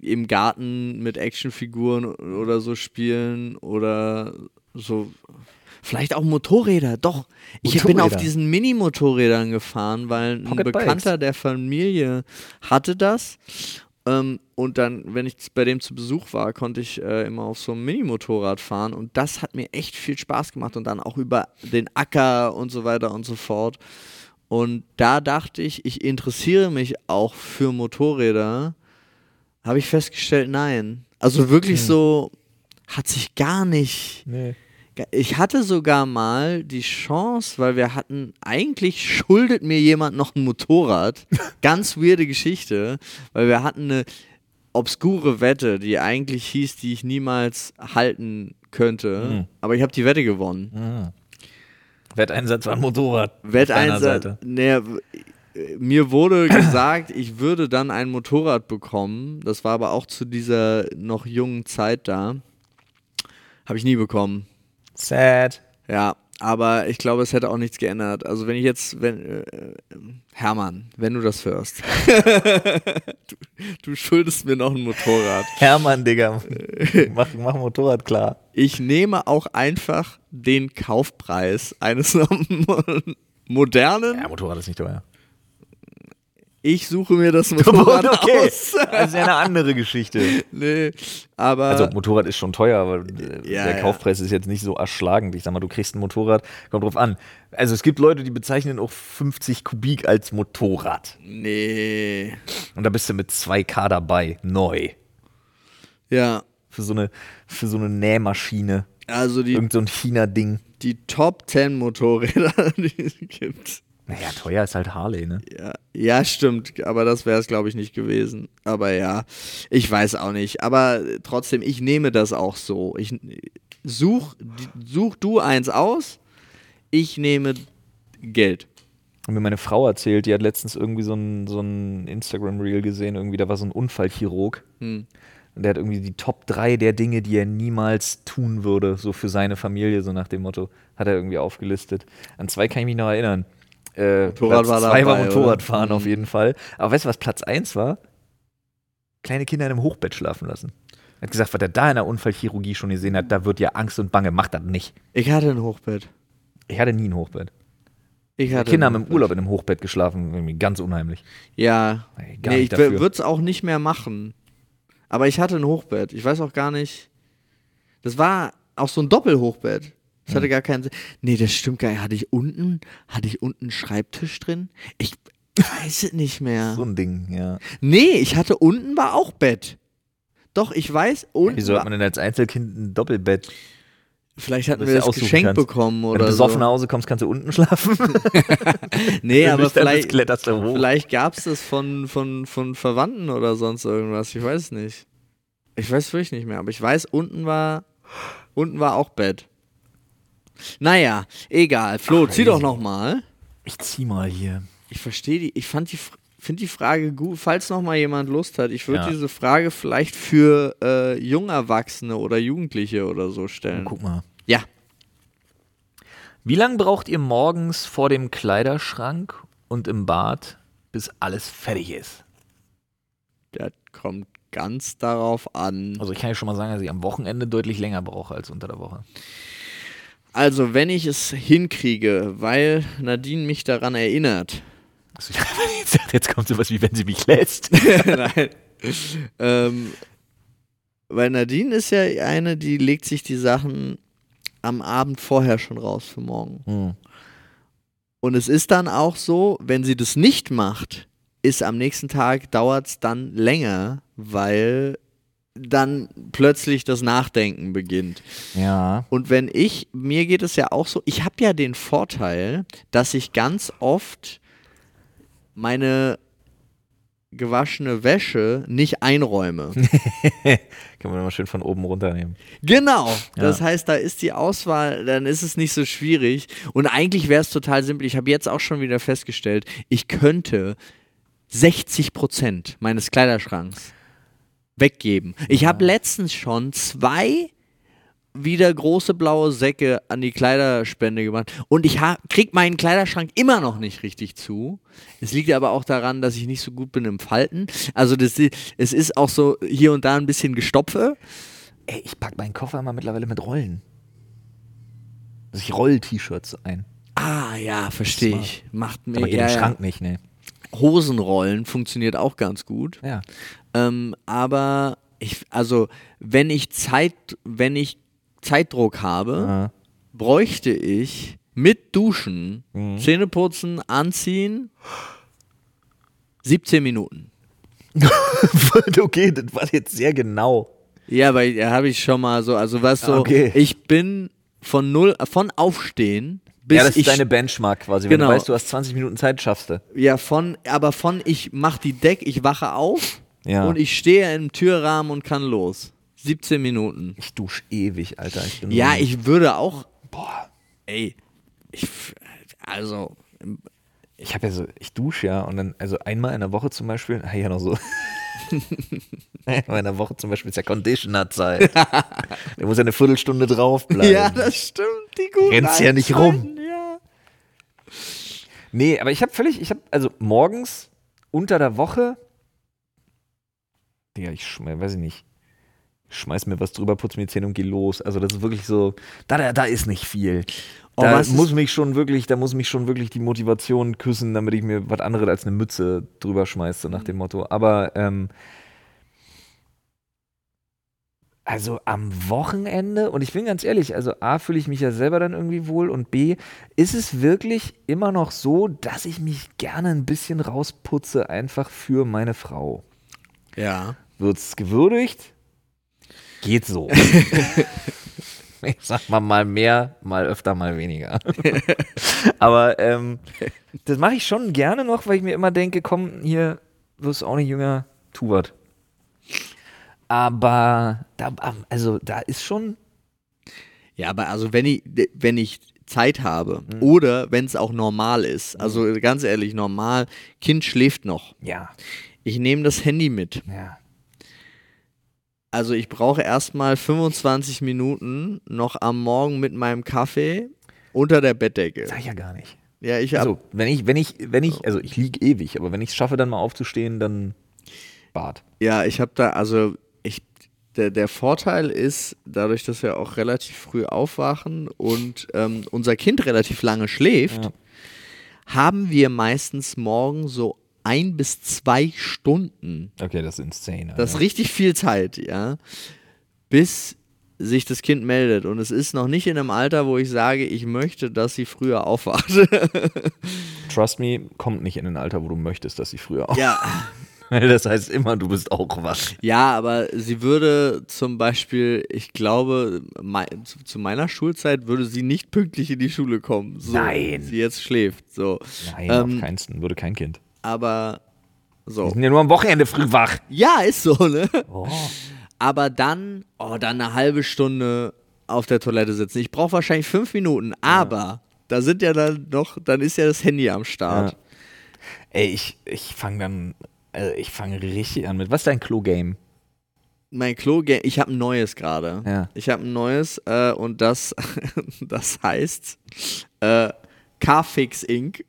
A: im Garten mit Actionfiguren oder so spielen oder so. Vielleicht auch Motorräder, doch. Ich bin auf
B: Motorräder.
A: diesen Mini-Motorrädern gefahren, weil ein
B: Pocket Bikes.
A: Bekannter der Familie hatte das. Ähm, und dann, wenn ich z- bei dem zu Besuch war, konnte ich äh, immer auf so einem Minimotorrad fahren und das hat mir echt viel Spaß gemacht und dann auch über den Acker und so weiter und so fort. Und da dachte ich, ich interessiere mich auch für Motorräder. Habe ich festgestellt, nein. Also wirklich so, hat sich gar nicht.
B: Nee.
A: Ich hatte sogar mal die Chance, weil wir hatten, eigentlich schuldet mir jemand noch ein Motorrad. Ganz weirde Geschichte, weil wir hatten eine obskure Wette, die eigentlich hieß, die ich niemals halten könnte.
B: Hm.
A: Aber ich habe die Wette gewonnen.
B: Ah. Wetteinsatz war ein Motorrad. Hm, auf deiner
A: Wetteinsatz.
B: Seite.
A: Naja, w- äh, mir wurde gesagt, ich würde dann ein Motorrad bekommen. Das war aber auch zu dieser noch jungen Zeit da. Habe ich nie bekommen.
B: Sad.
A: Ja, aber ich glaube, es hätte auch nichts geändert. Also wenn ich jetzt, wenn äh, äh, Hermann, wenn du das hörst, du, du schuldest mir noch ein Motorrad.
B: Hermann, Digga. Mach, mach Motorrad klar.
A: Ich nehme auch einfach den Kaufpreis eines modernen.
B: Ja, Motorrad ist nicht teuer.
A: Ich suche mir das Motorrad aus.
B: Das ist ja eine andere Geschichte.
A: Nee, aber
B: Also Motorrad ist schon teuer, aber äh,
A: Ja,
B: der
A: ja.
B: Kaufpreis ist jetzt nicht so erschlagend. Ich sag mal, du kriegst ein Motorrad, kommt drauf an. Also es gibt Leute, die bezeichnen auch 50 Kubik als Motorrad.
A: nee.
B: Und da bist du mit 2K dabei, neu.
A: Ja,
B: Für so eine, für so eine Nähmaschine.
A: also die,
B: Irgend so ein China-Ding.
A: die Top 10 Motorräder, die es gibt.
B: Naja, teuer ist halt Harley, ne?
A: Ja, ja, stimmt, aber das wäre es, glaube ich, nicht gewesen. Aber ja, ich weiß auch nicht. Aber trotzdem, ich nehme das auch so. Ich such, such du eins aus, ich nehme Geld.
B: Und mir meine Frau erzählt, die hat letztens irgendwie so ein, so ein Instagram-Reel gesehen, irgendwie, da war so ein Unfallchirurg.
A: Hm.
B: Und der hat irgendwie die Top 3 der Dinge, die er niemals tun würde, so für seine Familie, so nach dem Motto, hat er irgendwie aufgelistet. An zwei kann ich mich noch erinnern. Äh,
A: Motorrad
B: Platz
A: war
B: zwei war
A: dabei, oder?
B: Motorradfahren auf
A: Mhm.
B: jeden Fall. Aber weißt du, was Platz 1 war? Kleine Kinder in einem Hochbett schlafen lassen. Er hat gesagt, was er da in der Unfallchirurgie schon gesehen hat, da wird ja Angst und Bange, macht das nicht.
A: Ich hatte ein Hochbett.
B: Ich hatte nie ein Hochbett.
A: Ich hatte
B: Kinder
A: ein
B: haben im
A: Hochbett.
B: Urlaub in einem Hochbett geschlafen, irgendwie ganz unheimlich.
A: Ja.
B: Ey, gar
A: Nee,
B: nicht
A: ich
B: dafür.
A: würde es auch nicht mehr machen. Aber ich hatte ein Hochbett. Ich weiß auch gar nicht. Das war auch so ein Doppelhochbett. Das
B: Hm.
A: hatte gar keinen Sinn. Nee, das stimmt gar nicht. Hatte ich unten, hatte ich unten einen Schreibtisch drin? Ich weiß es nicht mehr.
B: So ein Ding, ja.
A: Nee, ich hatte unten war auch Bett. Doch, ich weiß, unten
B: Wieso hat
A: war,
B: man denn als Einzelkind ein Doppelbett?
A: vielleicht hatten
B: dass
A: wir
B: du
A: das
B: aussuchen
A: Geschenk
B: kannst?
A: bekommen
B: Wenn du
A: oder
B: besoffen
A: so.
B: nach Hause kommst, kannst du unten schlafen.
A: Nee, aber
B: Nicht, dann bist-
A: vielleicht,
B: kletterst du hoch.
A: Vielleicht gab es das von, von, von Verwandten oder sonst irgendwas. Ich weiß es nicht. Ich weiß wirklich nicht mehr. Aber ich weiß, unten war, unten war auch Bett. Naja, egal. Flo, zieh
B: Crazy.
A: doch nochmal.
B: Ich zieh mal hier.
A: Ich verstehe die. Ich fand die, finde die Frage gut. Falls nochmal jemand Lust hat, ich würde
B: Ja.
A: diese Frage vielleicht für äh, Jungerwachsene oder Jugendliche oder so stellen.
B: Guck mal.
A: Ja.
B: Wie lange braucht ihr morgens vor dem Kleiderschrank und im Bad, bis alles fertig ist?
A: Das kommt ganz darauf an.
B: Also ich kann ja schon mal sagen, dass ich am Wochenende deutlich länger brauche als unter der Woche.
A: Also, wenn ich es hinkriege, weil Nadine mich daran erinnert,
B: Also ich- Jetzt, jetzt kommt sowas wie, wenn sie mich lässt.
A: Nein. ähm, weil Nadine ist ja eine, die legt sich die Sachen am Abend vorher schon raus für morgen.
B: Hm.
A: Und es ist dann auch so, wenn sie das nicht macht, ist am nächsten Tag dauert es dann länger, weil dann plötzlich das Nachdenken beginnt.
B: Ja.
A: Und wenn ich, mir geht es ja auch so, ich habe ja den Vorteil, dass ich ganz oft meine gewaschene Wäsche nicht einräume.
B: Kann man immer schön von oben runternehmen.
A: genau. Das
B: Ja.
A: heißt, da ist die Auswahl, dann ist es nicht so schwierig. Und eigentlich wäre es total simpel. Ich habe jetzt auch schon wieder festgestellt, ich könnte 60 Prozent meines Kleiderschranks weggeben. Ich habe letztens schon zwei wieder große blaue Säcke an die Kleiderspende gemacht und ich ha- krieg meinen Kleiderschrank immer noch nicht richtig zu. Es liegt aber auch daran, dass ich nicht so gut bin im Falten. Also das, i- es ist auch so hier und da ein bisschen Gestopfe.
B: Ey, ich pack meinen Koffer immer mittlerweile mit Rollen. Also ich roll T-Shirts ein.
A: Ah ja, verstehe ich. Macht mir
B: Aber geht
A: ja,
B: im
A: ja.
B: Schrank nicht, ne?
A: Hosenrollen funktioniert auch ganz gut.
B: Ja.
A: Ähm, aber ich, also wenn ich Zeit, wenn ich Zeitdruck habe,
B: Ja.
A: bräuchte ich mit Duschen,
B: Mhm.
A: Zähneputzen, Anziehen 17 Minuten.
B: okay, das war jetzt sehr genau.
A: Ja, aber da habe ich schon mal so, also was so,
B: Okay.
A: ich bin von null, von Aufstehen bis
B: ja, das
A: ich,
B: ist deine Benchmark quasi. Wenn
A: Genau.
B: du weißt, du hast 20 Minuten Zeit, schaffst du.
A: ja von, aber von ich mach die Deck, ich wache auf
B: Ja.
A: und ich stehe im Türrahmen und kann los. 17 Minuten.
B: Ich dusche ewig, Alter. Ich bin
A: Ja, ich würde auch,
B: Mhm. Boah.
A: ey, ich, f- also,
B: Ich habe ja so, ich dusche ja und dann, also einmal in der Woche zum Beispiel, ah, ja noch so. einmal in der Woche zum Beispiel ist ja Conditioner-Zeit. da muss ja eine Viertelstunde draufbleiben.
A: ja, das stimmt, die guten
B: Rennst ja nicht
A: alten
B: rum.
A: Zeiten, Ja.
B: Nee, aber ich habe völlig, ich habe, also morgens unter der Woche, Digga, ich schmeiß, weiß ich nicht, schmeiß mir was drüber, putz mir die Zähne und geh los. Also das ist wirklich so, da, da, da ist nicht viel.
A: Oh,
B: da
A: was ist-
B: muss mich schon wirklich, da muss mich schon wirklich die Motivation küssen, damit ich mir was anderes als eine Mütze drüber schmeiße, nach dem Motto. Aber, ähm, also am Wochenende, und ich bin ganz ehrlich, also A, fühle ich mich ja selber dann irgendwie wohl und B, ist es wirklich immer noch so, dass ich mich gerne ein bisschen rausputze, einfach für meine Frau.
A: Ja.
B: Wird's gewürdigt? Geht so. ich sag mal, mal mehr, mal öfter, mal weniger. Aber ähm, das mache ich schon gerne noch, weil ich mir immer denke, komm, hier wirst du auch nicht jünger, tu was. Aber da, also da ist schon,
A: Ja, aber also wenn ich, wenn ich Zeit habe
B: Mhm.
A: oder wenn es auch normal ist. Also ganz ehrlich, normal, Kind schläft noch.
B: Ja,
A: Ich nehme das Handy mit.
B: ja.
A: Also ich brauche erstmal 25 Minuten noch am Morgen mit meinem Kaffee unter der Bettdecke.
B: Sag ich ja gar nicht.
A: Ja, ich habe
B: Also, wenn ich, wenn ich, wenn ich, also ich liege ewig, aber wenn ich es schaffe, dann mal aufzustehen, dann Bad.
A: ja, ich habe da also ich der, der Vorteil ist, dadurch, dass wir auch relativ früh aufwachen und ähm, unser Kind relativ lange schläft,
B: Ja.
A: haben wir meistens morgen so ein bis zwei Stunden.
B: Okay, das ist insane.
A: Das ist richtig viel Zeit, ja. Bis sich das Kind meldet. Und es ist noch nicht in einem Alter, wo ich sage, ich möchte, dass sie früher aufwacht.
B: Trust me, kommt nicht in ein Alter, wo du möchtest, dass sie früher auch.
A: ja.
B: Das heißt immer, du bist auch wach.
A: Ja, aber sie würde zum Beispiel, ich glaube, mei zu- zu meiner Schulzeit würde sie nicht pünktlich in die Schule kommen. So,
B: Nein.
A: Sie jetzt schläft. So.
B: Nein, auf keinsten, würde kein Kind.
A: Aber so.
B: ja nur am Wochenende früh wach.
A: Ja, ist so, ne?
B: Oh.
A: Aber dann, oh, dann eine halbe Stunde auf der Toilette sitzen. Ich brauche wahrscheinlich fünf Minuten, aber da sind ja dann noch, dann ist ja das Handy am Start.
B: Ey, ich, ich fange dann, also ich fange richtig an mit. Was ist dein Klo-Game?
A: Mein Klo, ich habe ein neues gerade.
B: Ja.
A: Ich habe ein neues äh, und das, das heißt äh, Carfix Inc.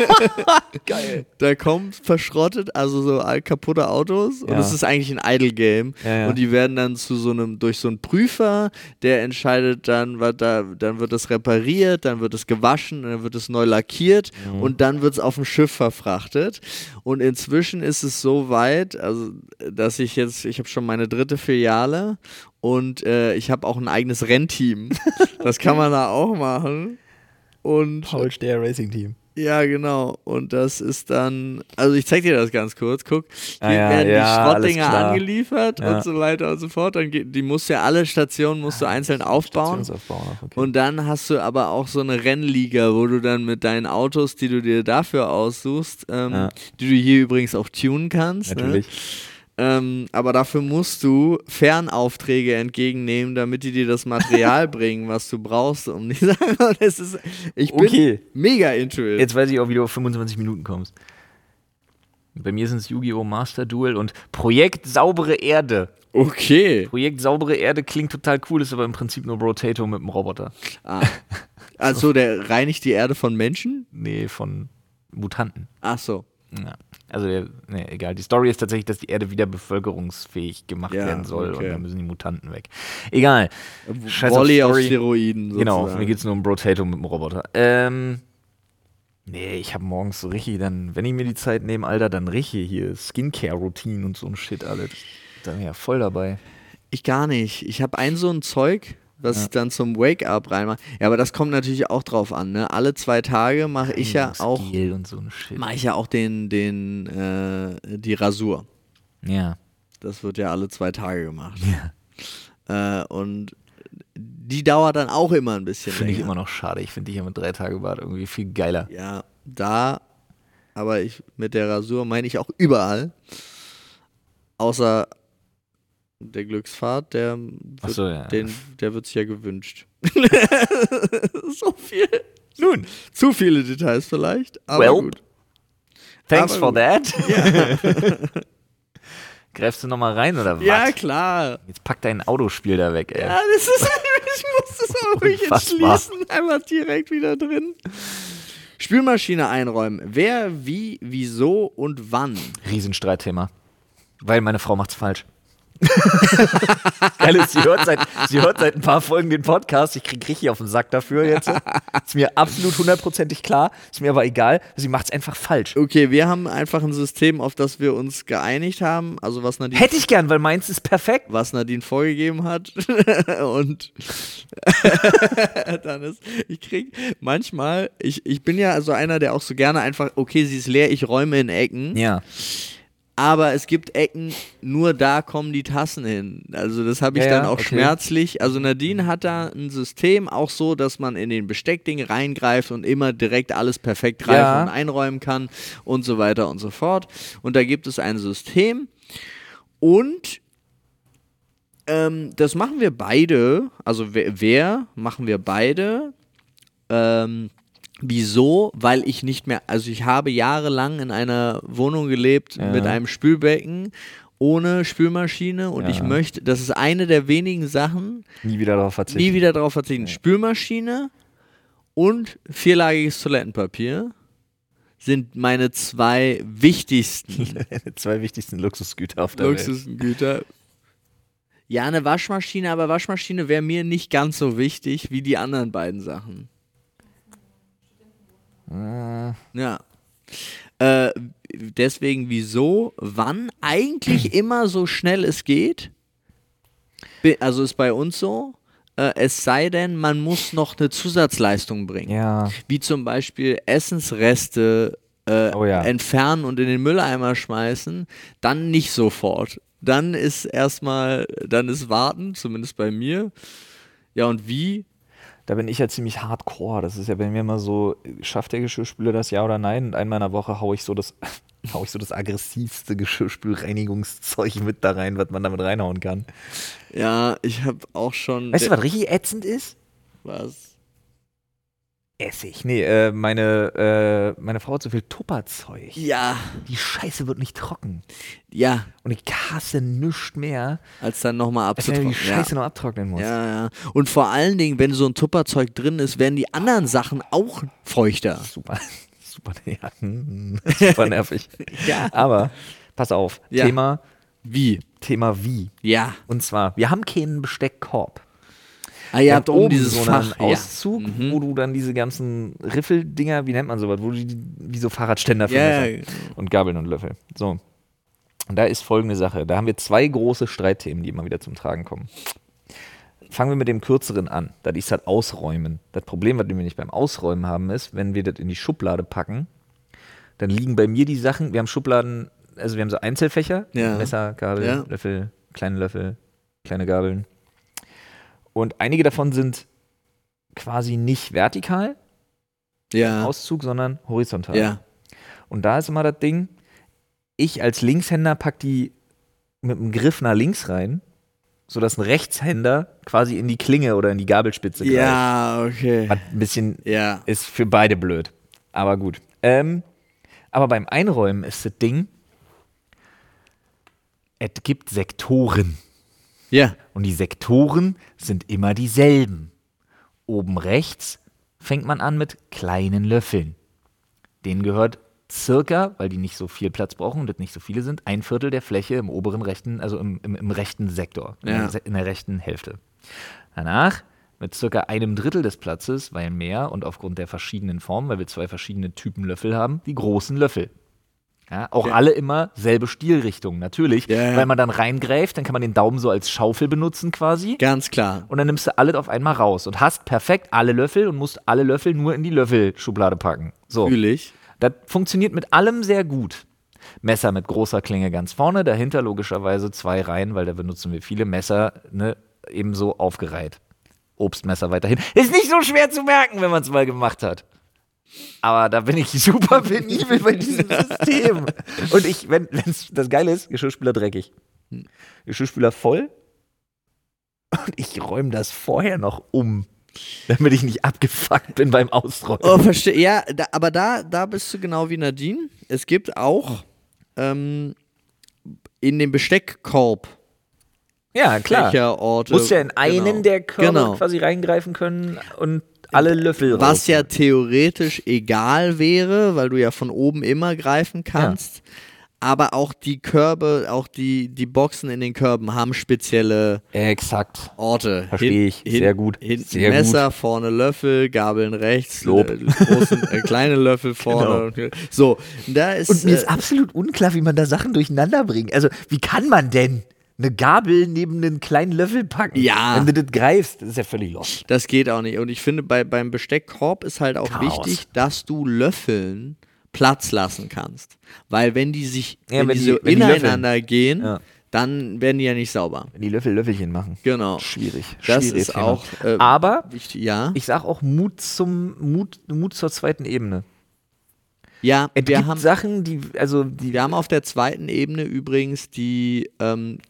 B: Geil.
A: Da kommt verschrottet, also so all- kaputte Autos und
B: Ja.
A: es ist eigentlich ein Idle Game
B: Ja, ja.
A: und die werden dann zu so einem durch so einen Prüfer, der entscheidet dann, was da dann wird es repariert, dann wird es gewaschen, dann wird es neu lackiert
B: Mhm.
A: und dann wird es auf dem Schiff verfrachtet und inzwischen ist es so weit, also dass ich jetzt ich habe schon meine dritte Filiale und äh, ich habe auch ein eigenes Rennteam. Das kann man da auch machen. Und
B: Paul Steer Racing Team.
A: ja, genau. Und das ist dann, also ich zeig dir das ganz kurz, guck. Hier
B: Ah ja,
A: werden die
B: ja, alles
A: Schrottdinger
B: klar.
A: angeliefert
B: Ja. Ah,
A: und so weiter und so fort. Dann geht, die musst du ja alle Stationen musst du einzeln aufbauen.
B: Stationsaufbau, okay.
A: Und dann hast du aber auch so eine Rennliga, wo du dann mit deinen Autos, die du dir dafür aussuchst, ähm,
B: Ja.
A: die du hier übrigens auch tunen kannst. Ne?
B: Natürlich.
A: Ähm, aber dafür musst du Fernaufträge entgegennehmen, damit die dir das Material bringen, was du brauchst, um die Sachen. Und es ist, ich bin
B: Okay.
A: mega into it.
B: Jetzt weiß ich auch, wie du auf 25 Minuten kommst. Bei mir sind es Yu-Gi-Oh! Master Duel und Projekt Saubere Erde.
A: Okay.
B: Projekt Saubere Erde klingt total cool, ist aber im Prinzip nur Brotato mit einem Roboter.
A: Ah. Also der reinigt die Erde von Menschen?
B: Nee, von Mutanten.
A: Ach so.
B: Ja. Also, der, nee, egal. Die Story ist tatsächlich, dass die Erde wieder bevölkerungsfähig gemacht
A: Ja,
B: werden soll
A: okay. Äh,
B: und dann müssen die Mutanten weg. Egal. Scheiß auf
A: Volley auf
B: Story.
A: Steroiden sozusagen.
B: Genau, mir geht es nur um Brotato mit dem Roboter. Ähm, nee, ich habe morgens so richtig, dann, wenn ich mir die Zeit nehme, Alter, dann richtig hier Skincare-Routine und so ein Shit alles. Da bin ich ja voll dabei.
A: Ich gar nicht. Ich habe ein so ein Zeug, was ich dann zum Wake-up reinmache. Ja, aber das kommt natürlich auch drauf an. Ne? Alle zwei Tage mache ich ja auch,
B: Gel und so ein Shit.
A: mache ich ja auch den, den, äh, die Rasur.
B: Ja.
A: Das wird ja alle zwei Tage gemacht.
B: ja.
A: Äh, und die dauert dann auch immer ein bisschen
B: Finde ich
A: länger.
B: immer noch schade. Ich finde die hier mit drei Tage Bart irgendwie viel geiler.
A: Ja, da, aber ich mit der Rasur meine ich auch überall. Außer der Glücksfahrt, der
B: Ach
A: wird,
B: so, ja.
A: den, der wird sich ja gewünscht. so viel.
B: Nun,
A: Zu viele Details vielleicht, aber
B: Well.
A: gut.
B: thanks
A: Aber
B: for
A: gut.
B: that. Greifst du nochmal rein oder was?
A: Ja, klar.
B: Jetzt pack dein Autospiel da weg, ey.
A: Ja, das ist, ich muss das aber ruhig
B: Unfassbar.
A: entschließen, einmal direkt wieder drin. Spülmaschine einräumen. Wer, wie, wieso und wann?
B: Riesenstreitthema. Weil meine Frau macht's falsch. Geil ist, sie hört, seit, sie hört seit ein paar Folgen den Podcast. Ich krieg richtig auf den Sack dafür jetzt. Ist mir absolut hundertprozentig klar. Ist mir aber egal. Sie macht's einfach falsch.
A: Okay, wir haben einfach ein System, auf das wir uns geeinigt haben. Also was Nadine
B: Hätte ich gern, weil meins ist perfekt.
A: was Nadine vorgegeben hat. und dann ist, ich krieg manchmal, ich, ich bin ja also einer, der auch so gerne einfach, okay, sie ist leer, ich räume in Ecken.
B: Ja.
A: Aber es gibt Ecken, nur da kommen die Tassen hin. Also das habe ich
B: Ja, ja,
A: dann auch
B: okay.
A: schmerzlich. Also Nadine hat da ein System auch so, dass man in den Besteckding reingreift und immer direkt alles perfekt greifen
B: Ja.
A: und einräumen kann und so weiter und so fort. Und da gibt es ein System und ähm, das machen wir beide. Also wer, wer machen wir beide? Ähm, Wieso? Weil ich nicht mehr, also ich habe jahrelang in einer Wohnung gelebt
B: Ja.
A: mit einem Spülbecken ohne Spülmaschine und
B: Ja.
A: ich möchte, das ist eine der wenigen Sachen,
B: Nie wieder darauf verzichten.
A: nie wieder darauf verzichten. Spülmaschine und vierlagiges Toilettenpapier sind meine zwei wichtigsten
B: Zwei wichtigsten Luxusgüter auf der Welt.
A: Luxusgüter. Ja, eine Waschmaschine, aber Waschmaschine wäre mir nicht ganz so wichtig wie die anderen beiden Sachen. Ja. Äh, deswegen wieso, wann, eigentlich immer so schnell es geht. Bi- Also ist bei uns so. Äh, es sei denn, man muss noch eine Zusatzleistung bringen.
B: Ja.
A: Wie zum Beispiel Essensreste äh,
B: Oh ja.
A: entfernen und in den Mülleimer schmeißen, dann nicht sofort. Dann ist erstmal, dann ist Warten, zumindest bei mir. Ja, und wie?
B: Da bin ich ja ziemlich hardcore. Das ist ja bei mir immer so, schafft der Geschirrspüler das ja oder nein? Und einmal in der Woche hau ich so das, hau ich so das aggressivste Geschirrspülreinigungszeug mit da rein, was man damit reinhauen kann.
A: Ja, ich habe auch schon.
B: Weißt du, was richtig ätzend ist?
A: was?
B: Essig. Nee, äh, meine, äh, meine Frau hat so viel Tupperzeug.
A: Ja,
B: Die Scheiße wird nicht trocken.
A: ja,
B: Und ich hasse nichts mehr,
A: als dann nochmal
B: als ich die
A: abzutrocknen.
B: Scheiße noch abtrocknen muss.
A: Ja. ja, ja. Und vor allen Dingen, wenn so ein Tupperzeug drin ist, werden die anderen Sachen auch feuchter.
B: Super, super, ja, super nervig.
A: Ja.
B: Aber pass auf,
A: Ja.
B: Thema,
A: Wie?
B: Thema wie.
A: Ja.
B: Und zwar, wir haben keinen Besteckkorb.
A: Ah, ihr
B: Wir
A: habt
B: haben
A: oben dieses
B: so einen
A: Fach. Ja. Mhm.
B: Auszug, wo du dann diese ganzen Riffeldinger, wie nennt man sowas, wo du die, wie so Fahrradständer für
A: Ja,
B: Messer
A: ja.
B: und Gabeln und Löffel. So. Und da ist folgende Sache. Da haben wir zwei große Streitthemen, die immer wieder zum Tragen kommen. Fangen wir mit dem kürzeren an. Das ist das Ausräumen. Das Problem, was wir nicht beim Ausräumen haben, ist, wenn wir das in die Schublade packen, dann liegen bei mir die Sachen, wir haben Schubladen, also wir haben so Einzelfächer,
A: Ja.
B: Messer, Gabel,
A: Ja.
B: Löffel, kleine Löffel, kleine Gabeln. Und einige davon sind quasi nicht vertikal,
A: Ja.
B: Auszug, sondern horizontal.
A: Ah. Ja.
B: Und da ist immer das Ding, ich als Linkshänder pack die mit dem Griff nach links rein, sodass ein Rechtshänder quasi in die Klinge oder in die Gabelspitze
A: Ja, okay.
B: greift. Was ein bisschen
A: Ja.
B: ist für beide blöd. Aber gut. Ähm, aber beim Einräumen ist das Ding, es gibt Sektoren.
A: Ja.
B: Und die Sektoren sind immer dieselben. Oben rechts fängt man an mit kleinen Löffeln. Denen gehört circa, weil die nicht so viel Platz brauchen und das nicht so viele sind, ein Viertel der Fläche im oberen rechten, also im, im, im rechten Sektor, in,
A: Ja.
B: der, Se- in der rechten Hälfte. Danach mit circa einem Drittel des Platzes, weil mehr und aufgrund der verschiedenen Formen, weil wir zwei verschiedene Typen Löffel haben, die großen Löffel. Ja, auch alle immer selbe Stilrichtung, natürlich.
A: Ja, ja.
B: Weil man dann reingreift, dann kann man den Daumen so als Schaufel benutzen quasi.
A: Ganz klar.
B: Und dann nimmst du alles auf einmal raus und hast perfekt alle Löffel und musst alle Löffel nur in die Löffelschublade packen. So.
A: Fühl ich.
B: Das funktioniert mit allem sehr gut. Messer mit großer Klinge ganz vorne, dahinter logischerweise zwei Reihen, weil da benutzen wir viele Messer, ne, ebenso aufgereiht. Obstmesser weiterhin. Ist nicht so schwer zu merken, wenn man es mal gemacht hat. Aber da bin ich super penibel bei diesem System. Und ich, wenn, wenn's, das Geile ist, Geschirrspüler dreckig. Geschirrspüler voll. Und ich räume das vorher noch um, damit ich nicht abgefuckt bin beim Ausräumen.
A: Oh, verstehe. Ja, da, aber da, da bist du genau wie Nadine. Es gibt auch ähm, in dem Besteckkorb
B: Ja, klar.
A: Fächerorte.
B: Muss ja in einen
A: Genau.
B: der Körbe
A: genau.
B: quasi reingreifen können und alle Löffel
A: Was ja theoretisch egal wäre, weil du ja von oben immer greifen kannst. Aber auch die Körbe, auch die, die Boxen in den Körben haben spezielle
B: Exakt.
A: Orte.
B: Versteh
A: Hin-
B: ich. Sehr gut.
A: Hinten
B: Sehr
A: Messer, vorne Löffel, Gabeln rechts,
B: Lob. Genau.
A: Äh, großen, äh, kleine Löffel vorne. So, da ist.
B: Und mir ist
A: äh,
B: absolut unklar, wie man da Sachen durcheinander bringt. Also, wie kann man denn eine Gabel neben einen kleinen Löffel packen?
A: Ja.
B: Wenn du das greifst, das ist ja völlig lost.
A: das geht auch nicht. Und ich finde, bei, beim Besteckkorb ist halt auch
B: Chaos.
A: wichtig, dass du Löffeln Platz lassen kannst. Weil wenn die sich
B: Ja,
A: wenn
B: wenn
A: die
B: die-
A: so
B: wenn die löffeln.
A: ineinander gehen,
B: Ja.
A: dann werden die ja nicht sauber.
B: Wenn die Löffel Löffelchen machen.
A: Genau.
B: Schwierig.
A: Das
B: Schwieriges
A: ist
B: Thema.
A: auch, äh,
B: Aber
A: Ich, ja,
B: ich sag auch Mut zum Mut, Mut zur zweiten Ebene.
A: ja
B: Es
A: wir
B: Äh, gibt
A: Äh, haben
B: Sachen, die, also die
A: Wir haben auf der zweiten Ebene übrigens die ähm,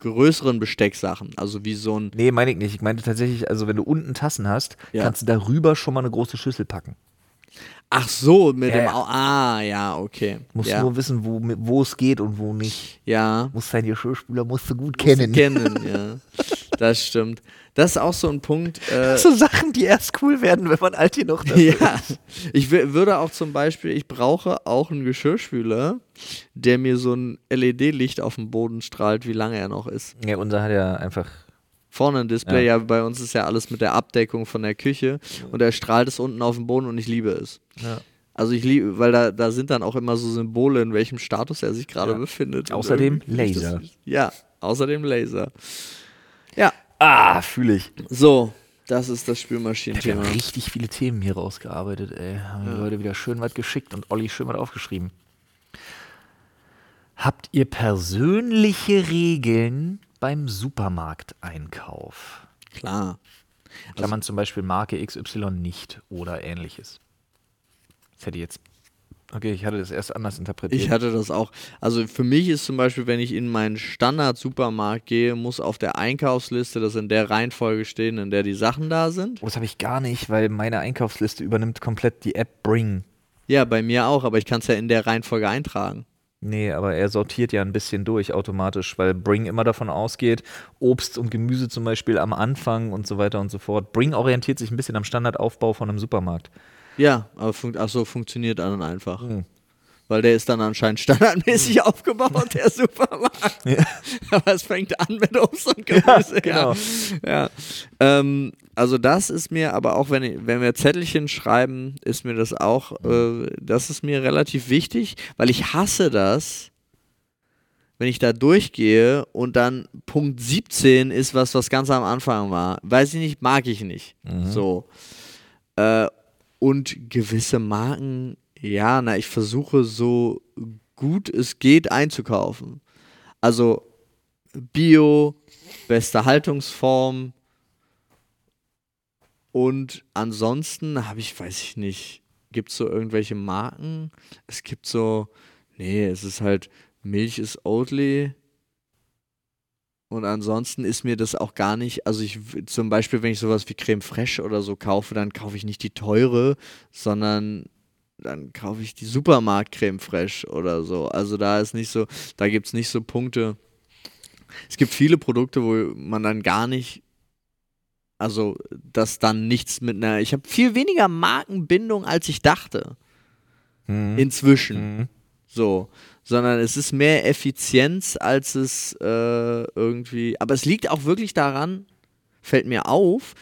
A: größeren Bestecksachen. Also wie so ein.
B: Nee, meine ich nicht. Ich meinte tatsächlich, also wenn du unten Tassen hast,
A: Ja.
B: kannst du darüber schon mal eine große Schüssel packen.
A: Ach so, mit
B: Ja,
A: dem.
B: ja.
A: Au ah, ja, okay.
B: Musst
A: ja.
B: nur wissen, wo, wo es geht und wo nicht.
A: ja.
B: Musst deinen Geschirrspüler musst du gut
A: Kennen. Kennen, ja. Das stimmt. Das ist auch so ein Punkt. Äh,
B: So Sachen, die erst cool werden, wenn man alt genug ist.
A: ja, ich wü- würde auch zum Beispiel, ich brauche auch einen Geschirrspüler, der mir so ein LED-Licht auf den Boden strahlt, wie lange er noch ist.
B: Ja, unser hat ja einfach.
A: Vorne ein Display, ja. bei uns ist ja alles mit der Abdeckung von der Küche und er strahlt es unten auf den Boden und ich liebe es.
B: Ja.
A: Also ich liebe, weil da, da sind dann auch immer so Symbole, in welchem Status er sich gerade
B: Ja.
A: befindet. Und
B: Außerdem
A: irgendwie finde ich
B: Laser.
A: Das, ja, außerdem Laser. Ja,
B: Ah, fühle ich.
A: so, das ist das
B: Wir haben
A: Spülmaschinenthema.
B: richtig viele Themen hier rausgearbeitet, ey. Haben die Leute wieder schön was geschickt und Olli schön was aufgeschrieben. Habt ihr persönliche Regeln beim Supermarkteinkauf?
A: Klar.
B: Kann man zum Beispiel Marke XY nicht oder ähnliches. Das hätte ich jetzt. Okay, ich hatte das erst anders interpretiert.
A: Ich hatte das auch. Also für mich ist zum Beispiel, wenn ich in meinen Standard-Supermarkt gehe, muss auf der Einkaufsliste das in der Reihenfolge stehen, in der die Sachen da sind.
B: oh, das habe ich gar nicht, weil meine Einkaufsliste übernimmt komplett die App Bring.
A: Ja, bei mir auch, aber ich kann es ja in der Reihenfolge eintragen.
B: Nee, aber er sortiert ja ein bisschen durch automatisch, weil Bring immer davon ausgeht, Obst und Gemüse zum Beispiel am Anfang und so weiter und so fort. Bring orientiert sich ein bisschen am Standardaufbau von einem Supermarkt.
A: Ja, aber fun ach so, funktioniert dann einfach.
B: Mhm.
A: Weil der ist dann anscheinend standardmäßig aufgebaut, der Supermarkt. Aber es fängt an mit Obst und Gemüse.
B: genau.
A: Ja. Ähm, also das ist mir, aber auch wenn, ich- wenn wir Zettelchen schreiben, ist mir das auch, äh, das ist mir relativ wichtig, weil ich hasse das, wenn ich da durchgehe und dann Punkt 17 ist was, was ganz am Anfang war. Weiß ich nicht, mag ich nicht.
B: Mhm.
A: So. Äh, und gewisse Marken, ja, na, ich versuche so gut es geht einzukaufen. Also Bio, beste Haltungsform und ansonsten habe ich, weiß ich nicht, gibt es so irgendwelche Marken? Es gibt so, nee, es ist halt, Milch ist Oatly. Und ansonsten ist mir das auch gar nicht, also ich w- zum Beispiel, wenn ich sowas wie Creme Fraiche oder so kaufe, dann kaufe ich nicht die teure, sondern dann kaufe ich die Supermarkt Creme Fraiche oder so. Also da ist nicht so, da gibt es nicht so Punkte. Es gibt viele Produkte, wo man dann gar nicht, also das dann nichts mit einer, ich habe viel weniger Markenbindung, als ich dachte, inzwischen.
B: Mhm.
A: So, sondern es ist mehr Effizienz, als es äh, irgendwie. Aber es liegt auch wirklich daran, fällt mir auf,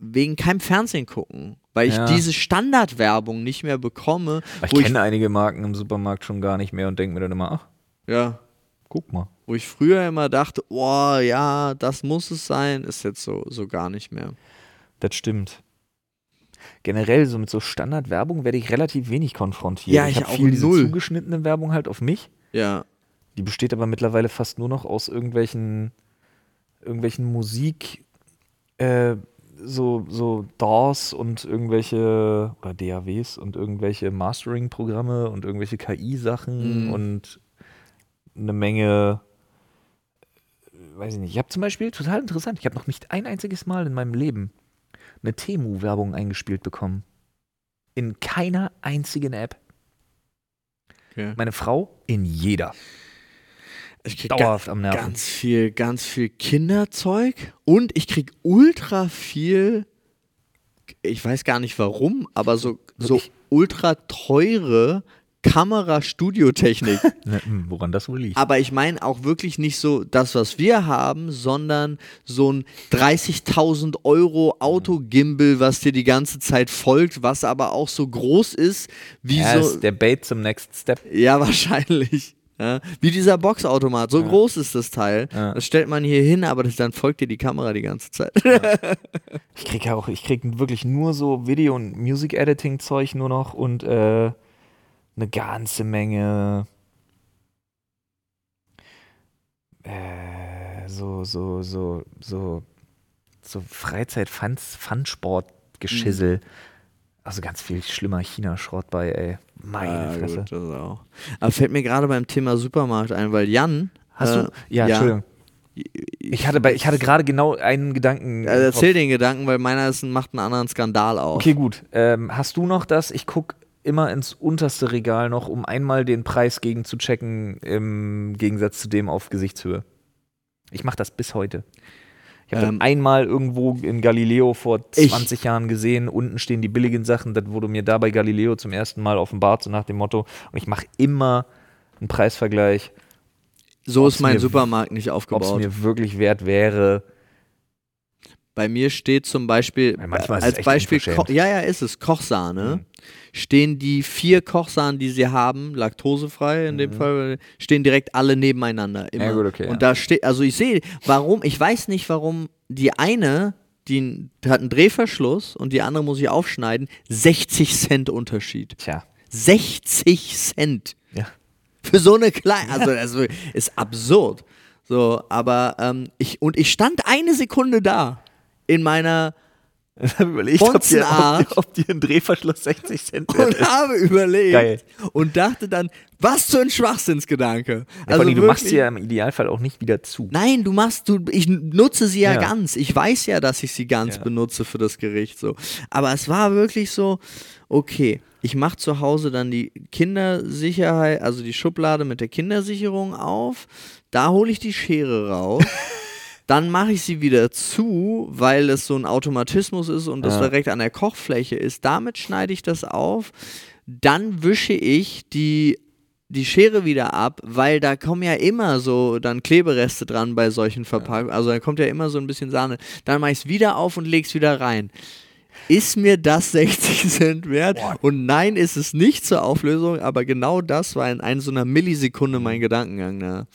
A: wegen keinem Fernsehen gucken, weil ich
B: Ja.
A: diese Standardwerbung nicht mehr bekomme.
B: Aber ich
A: wo
B: kenne einige Marken im Supermarkt schon gar nicht mehr und denke mir dann immer, ach,
A: ich, ja,
B: guck mal.
A: wo ich früher immer dachte, oh ja, das muss es sein, ist jetzt so, so gar nicht mehr.
B: Das stimmt. Generell, so mit so Standardwerbung werde ich relativ wenig konfrontiert.
A: Ja, ich
B: habe
A: auch
B: viel diese
A: null.
B: zugeschnittene Werbung halt auf mich.
A: Ja,
B: Die besteht aber mittlerweile fast nur noch aus irgendwelchen, irgendwelchen Musik, äh, so, so DAWs und irgendwelche, oder DAWs und irgendwelche Mastering-Programme und irgendwelche KI-Sachen
A: Mhm.
B: und eine Menge, äh, weiß ich nicht. Ich habe zum Beispiel, total interessant, ich habe noch nicht ein einziges Mal in meinem Leben eine Temu-Werbung eingespielt bekommen. In keiner einzigen App.
A: okay.
B: Meine Frau in jeder.
A: Ich krieg ga
B: Dauerhaft am Nerven.
A: ganz viel, ganz viel Kinderzeug und ich krieg ultra viel, ich weiß gar nicht warum, aber so, so
B: Wirklich?
A: ultra teure Kamera-Studiotechnik.
B: Ne, hm, woran das wohl liegt.
A: aber ich meine auch wirklich nicht so das, was wir haben, sondern so ein 30.000 Euro Autogimbal, was dir die ganze Zeit folgt, was aber auch so groß ist, wie
B: Ja,
A: so.
B: ist der Bait zum Next Step.
A: Ja, wahrscheinlich. Ja. Wie dieser Boxautomat, so groß ist das Teil.
B: Ja.
A: Das stellt man hier hin, aber das, dann folgt dir die Kamera die ganze Zeit.
B: Ich krieg ja auch, ich krieg wirklich nur so Video- und Music-Editing-Zeug nur noch und äh, eine ganze Menge äh, so, so, so, so, so Freizeit-Fun-Sport-Geschissel. Also ganz viel schlimmer China-Schrott bei, ey. Meine
A: Ah,
B: Fresse.
A: gut, das auch. Aber fällt mir gerade beim Thema Supermarkt ein, weil Jan
B: Hast du?
A: Äh, ja.
B: Ja, Entschuldigung. Ich Äh, hatte, bei, ich hatte gerade genau einen Gedanken.
A: Also
B: im Kopf.
A: erzähl den Gedanken, weil meiner ist ein, macht einen anderen Skandal auf.
B: Okay, gut. Ähm, hast du noch das? Ich gucke immer ins unterste Regal noch, um einmal den Preis gegen zu checken, im Gegensatz zu dem auf Gesichtshöhe. Ich mache das bis heute. Ich habe
A: Ähm,
B: das einmal irgendwo in Galileo vor
A: Ich-
B: 20 Jahren gesehen. Unten stehen die billigen Sachen. Das wurde mir da bei Galileo zum ersten Mal offenbart, so nach dem Motto. Und ich mache immer einen Preisvergleich,
A: So
B: ob's
A: ist mein
B: mir-
A: Supermarkt nicht
B: ob es
A: aufgebaut.
B: mir wirklich wert wäre.
A: Bei mir steht zum Beispiel,
B: Ja, manchmal ist es
A: als
B: echt
A: Beispiel, Ko
B: unverschämt. Mhm.
A: ja, ja, ist es, Kochsahne, stehen die vier Kochsahnen, die sie haben, laktosefrei in dem Fall, stehen direkt alle nebeneinander. Immer.
B: Mhm. Ja, gut, okay,
A: Und
B: ja.
A: da steht, also ich sehe, warum, ich weiß nicht, warum die eine, die hat einen Drehverschluss und die andere muss ich aufschneiden, 60 Cent Unterschied.
B: Tja.
A: 60 Cent.
B: Ja.
A: Für so eine kleine, also das ist- ist absurd. So, aber ähm, ich, und ich stand eine Sekunde da in meiner
B: Ich habe überlegt,
A: ob dir- ob dir-
B: ein Drehverschluss 60 Cent
A: und habe überlegt
B: Geil.
A: und dachte dann, was für ein Schwachsinnsgedanke. Also
B: Ja, vor allem, du machst
A: wirklich-
B: sie ja im Idealfall auch nicht wieder zu.
A: Nein, du machst, du, ich nutze sie ja,
B: Ja.
A: ganz. Ich weiß ja, dass ich sie ganz
B: Ja.
A: benutze für das Gericht. So. Aber es war wirklich so, okay, ich mache zu Hause dann die Kindersicherheit, also die Schublade mit der Kindersicherung auf. Da hole ich die Schere raus. Dann mache ich sie wieder zu, weil es so ein Automatismus ist und das
B: Ja.
A: direkt an der Kochfläche ist. Damit schneide ich das auf. Dann wische ich die, die Schere wieder ab, weil da kommen ja immer so dann Klebereste dran bei solchen Verpackungen. Also da kommt ja immer so ein bisschen Sahne. Dann mache ich es wieder auf und lege es wieder rein. Ist mir das 60 Cent wert? Und nein, ist es nicht zur Auflösung, aber genau das war in einer so einer Millisekunde mein Gedankengang. Ne?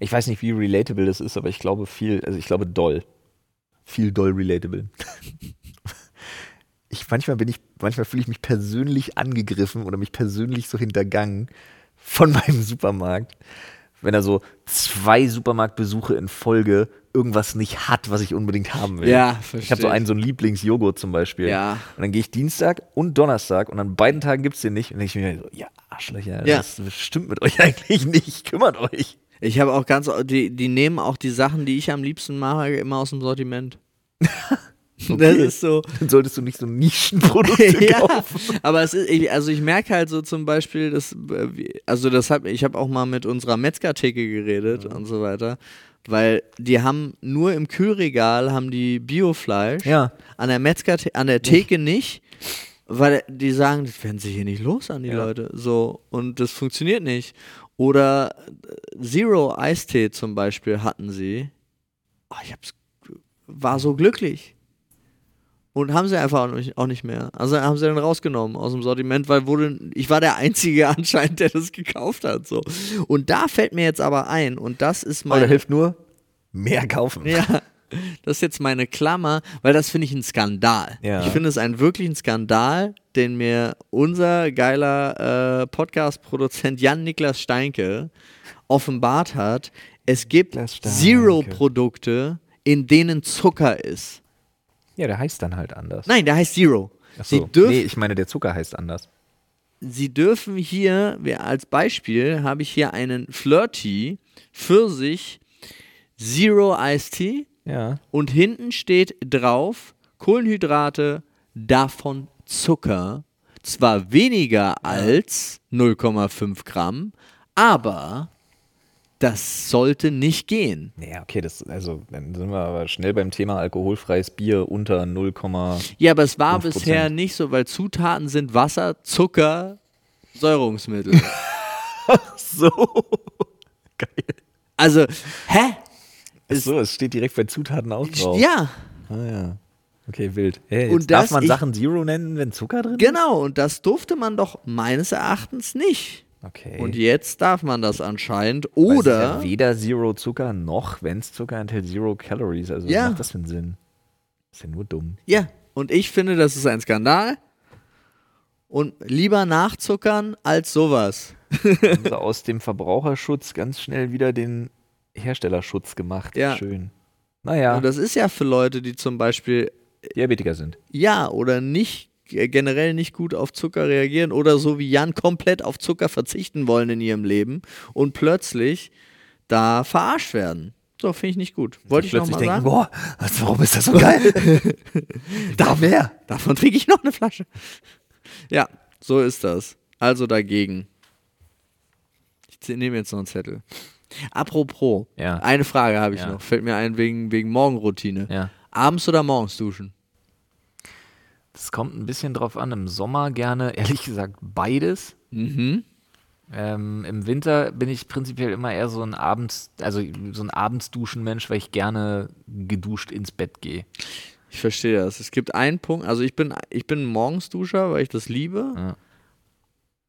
B: Ich weiß nicht, wie relatable das ist, aber ich glaube viel, also ich glaube doll. Viel doll relatable. Ich, manchmal bin ich, manchmal fühle ich mich persönlich angegriffen oder mich persönlich so hintergangen von meinem Supermarkt, wenn er so zwei Supermarktbesuche in Folge irgendwas nicht hat, was ich unbedingt haben will.
A: Ja,
B: Ich habe so
A: verstehe.
B: einen, so einen Lieblingsjoghurt zum Beispiel.
A: Ja.
B: Und dann gehe ich Dienstag und Donnerstag und an beiden Tagen gibt es den nicht. Und dann denk ich mir so, ja, Arschlöcher,
A: Ja.
B: das stimmt mit euch eigentlich nicht. Kümmert euch.
A: Ich habe auch ganz, die, die nehmen auch die Sachen, die ich am liebsten mache, immer aus dem Sortiment. Das
B: Okay.
A: ist so.
B: Dann solltest du nicht so Nischenprodukte
A: ja,
B: kaufen.
A: aber es ist, ich, also ich merke halt so zum Beispiel, dass, äh, wie- also das hab, ich habe auch mal mit unserer Metzgertheke geredet und so weiter, weil die haben nur im Kühlregal haben die Biofleisch,
B: Ja.
A: an der Metzgertheke, an der Theke nicht, weil die sagen, das werden sie hier nicht los an die
B: Ja.
A: Leute, so und das funktioniert nicht. Oder äh, Zero Eistee zum Beispiel hatten sie, oh, ich hab's, war so glücklich. Und haben sie einfach auch nicht, auch nicht mehr. Also haben sie dann rausgenommen aus dem Sortiment, weil wurde, ich war der Einzige anscheinend, der das gekauft hat. So. Und da fällt mir jetzt aber ein, und das ist
B: Aber da
A: meine,
B: hilft nur mehr kaufen.
A: ja, das ist jetzt meine Klammer, weil das finde ich einen Skandal.
B: Ja.
A: Ich finde es einen wirklichen Skandal, den mir unser geiler äh, Podcast-Produzent Jan-Niklas Steinke offenbart hat. Es gibt
B: Niklas Steinke.
A: Zero-Produkte, in denen Zucker ist.
B: Ja, der heißt dann halt anders.
A: Nein, der heißt Zero.
B: Ach
A: Sie
B: so.
A: dürfen
B: nee, ich meine, der Zucker heißt anders.
A: Sie dürfen hier, wir- als Beispiel habe ich hier einen Flirty Pfirsich Zero Iced Tea
B: Ja.
A: und hinten steht drauf Kohlenhydrate, davon Zucker, zwar weniger als 0,5 Gramm, aber das sollte nicht gehen.
B: Naja, okay, das, also, dann sind wir aber schnell beim Thema alkoholfreies Bier unter 0,
A: Ja, aber es war
B: 5%.
A: bisher nicht so, weil Zutaten sind Wasser, Zucker, Säurungsmittel.
B: so. Geil.
A: Also, hä?
B: Ach so, es steht direkt bei Zutaten auch drauf.
A: Ja.
B: Ah, ja. Okay, wild. Hey, jetzt
A: Und
B: darf
A: das-
B: man
A: ich-
B: Sachen Zero nennen, wenn Zucker drin ist?
A: Genau, und das durfte man doch meines Erachtens nicht.
B: Okay.
A: Und jetzt darf man das anscheinend.
B: Weil es ist
A: Oder
B: Ja weder Zero Zucker noch, wenn es Zucker enthält, Zero Calories. Also,
A: Ja.
B: was macht das für einen Sinn? Ist ja nur dumm.
A: ja, und ich finde, das ist ein Skandal. Und lieber nachzuckern als sowas.
B: haben sie aus dem Verbraucherschutz ganz schnell wieder den Herstellerschutz gemacht.
A: Ja.
B: Schön. Naja,
A: Und das ist ja für Leute, die zum Beispiel
B: Diabetiker sind.
A: ja oder nicht äh, generell nicht gut auf Zucker reagieren oder so wie Jan komplett auf Zucker verzichten wollen in ihrem Leben und plötzlich da verarscht werden. So, finde ich nicht gut. Wollte ich noch
B: plötzlich
A: mal
B: denken,
A: sagen.
B: boah, was, warum ist das so geil? da mehr.
A: Davon trinke ich noch eine Flasche. Ja, so ist das. Also dagegen. Ich z- nehme jetzt noch einen Zettel. Apropos,
B: Ja.
A: eine Frage habe ich
B: Ja.
A: noch. Fällt mir ein wegen, wegen Morgenroutine.
B: Ja.
A: Abends oder morgens duschen?
B: Das kommt ein bisschen drauf an. Im Sommer gerne, ehrlich gesagt, beides.
A: Mhm.
B: Ähm, Im Winter bin ich prinzipiell immer eher so ein Abends, also so ein Abendsduschen-Mensch, weil ich gerne geduscht ins Bett gehe.
A: Ich verstehe das. Es gibt einen Punkt, also ich bin, ich bin ein Morgensduscher, weil ich das liebe.
B: Ja.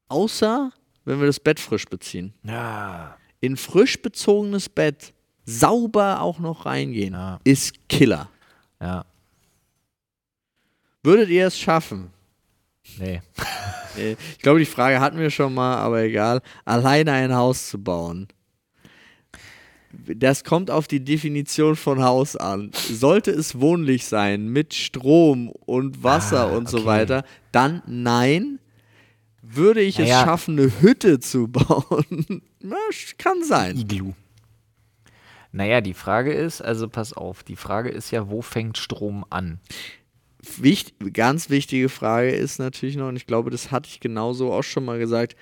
A: Außer, wenn wir das Bett frisch beziehen.
B: Ja.
A: In frisch bezogenes Bett sauber auch noch reingehen,
B: Ja.
A: ist Killer.
B: Ja.
A: Würdet ihr es schaffen?
B: Nee.
A: Äh, Ich glaube, die Frage hatten wir schon mal, aber egal. Alleine ein Haus zu bauen. Das kommt auf die Definition von Haus an. Sollte es wohnlich sein mit Strom und Wasser
B: Ah,
A: und so
B: okay.
A: weiter, dann nein. Würde ich
B: Naja.
A: es schaffen, eine Hütte zu bauen? Na, sch- kann sein.
B: Iglu. Naja, die Frage ist, also pass auf, die Frage ist ja, wo fängt Strom an?
A: Wicht, ganz wichtige Frage ist natürlich noch, und ich glaube, das hatte ich genauso auch schon mal gesagt,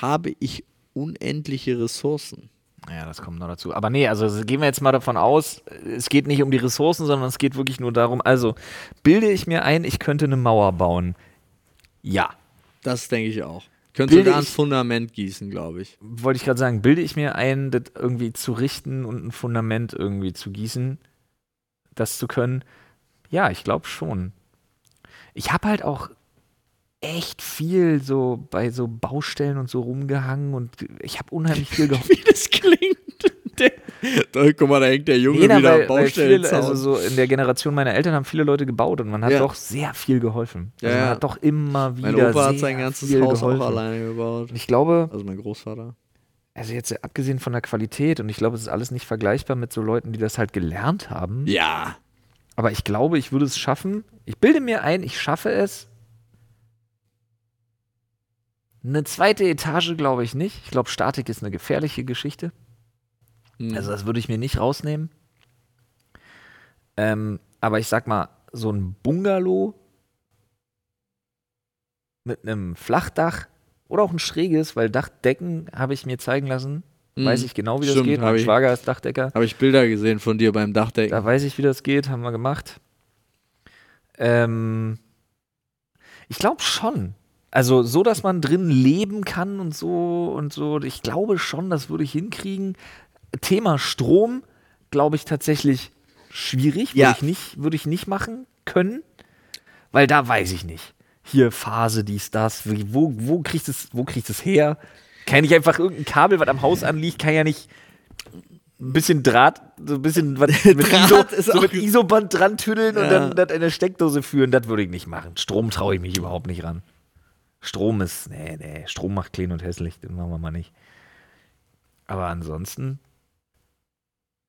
A: habe ich unendliche Ressourcen?
B: Ja, das kommt noch dazu. Aber nee, also gehen wir jetzt mal davon aus, es geht nicht um die Ressourcen, sondern es geht wirklich nur darum, also bilde ich mir ein, ich könnte eine Mauer bauen. Ja.
A: Das denke ich auch. Könntest du
B: Bilde
A: da ans
B: ich-
A: Fundament gießen, glaube ich.
B: Wollte ich gerade sagen, bilde ich mir ein, das irgendwie zu richten und ein Fundament irgendwie zu gießen, das zu können? Ja, ich glaube schon. Ich habe halt auch echt viel so bei so Baustellen und so rumgehangen und ich habe unheimlich viel gehofft.
A: Wie das klingt. Der, da, guck mal, da hängt der Junge
B: Nee, na,
A: wieder
B: weil,
A: am
B: weil
A: Baustellenzaun.
B: viele, also so in der Generation meiner Eltern haben viele Leute gebaut und man hat
A: Ja.
B: doch sehr viel geholfen. Also
A: Ja,
B: man
A: ja.
B: hat doch immer wieder
A: mein Opa hat
B: sehr
A: sein ganzes
B: viel
A: Haus
B: geholfen.
A: auch alleine gebaut.
B: Und ich glaube,
A: Also mein Großvater.
B: also jetzt abgesehen von der Qualität und ich glaube, es ist alles nicht vergleichbar mit so Leuten, die das halt gelernt haben.
A: Ja.
B: Aber ich glaube, ich würde es schaffen. Ich bilde mir ein, ich schaffe es. Eine zweite Etage glaube ich nicht. Ich glaube, Statik ist eine gefährliche Geschichte.
A: Hm.
B: Also das würde ich mir nicht rausnehmen. Ähm, aber ich sag mal, so ein Bungalow mit einem Flachdach oder auch ein schräges, weil Dachdecken habe ich mir zeigen lassen.
A: Hm.
B: Weiß ich genau, wie das
A: Stimmt,
B: geht.
A: hab
B: Mein
A: ich-
B: Schwager ist Dachdecker.
A: Habe ich Bilder gesehen von dir beim Dachdecken.
B: Da weiß ich, wie das geht. Haben wir gemacht. Ähm, ich glaube schon. Also so, dass man drin leben kann und so und so. Ich glaube schon, das würde ich hinkriegen. Thema Strom, glaube ich tatsächlich schwierig.
A: Ja.
B: Würde ich nicht, würde ich nicht machen können, weil da weiß ich nicht. Hier Phase, dies, das. Wie- Wo, wo kriegt es, wo kriegt es her? Kann ich einfach irgendein Kabel, was am Haus anliegt, kann ja nicht ein bisschen Draht, so ein bisschen was mit,
A: Draht
B: ISO,
A: ist
B: so
A: auch
B: mit
A: gut.
B: ISO-Band dran tüdeln und
A: Ja.
B: dann das in der Steckdose führen. Das würde ich nicht machen. Strom traue ich mich überhaupt nicht ran. Strom ist, nee, nee, Strom macht clean und hässlich, den machen wir mal nicht. Aber ansonsten,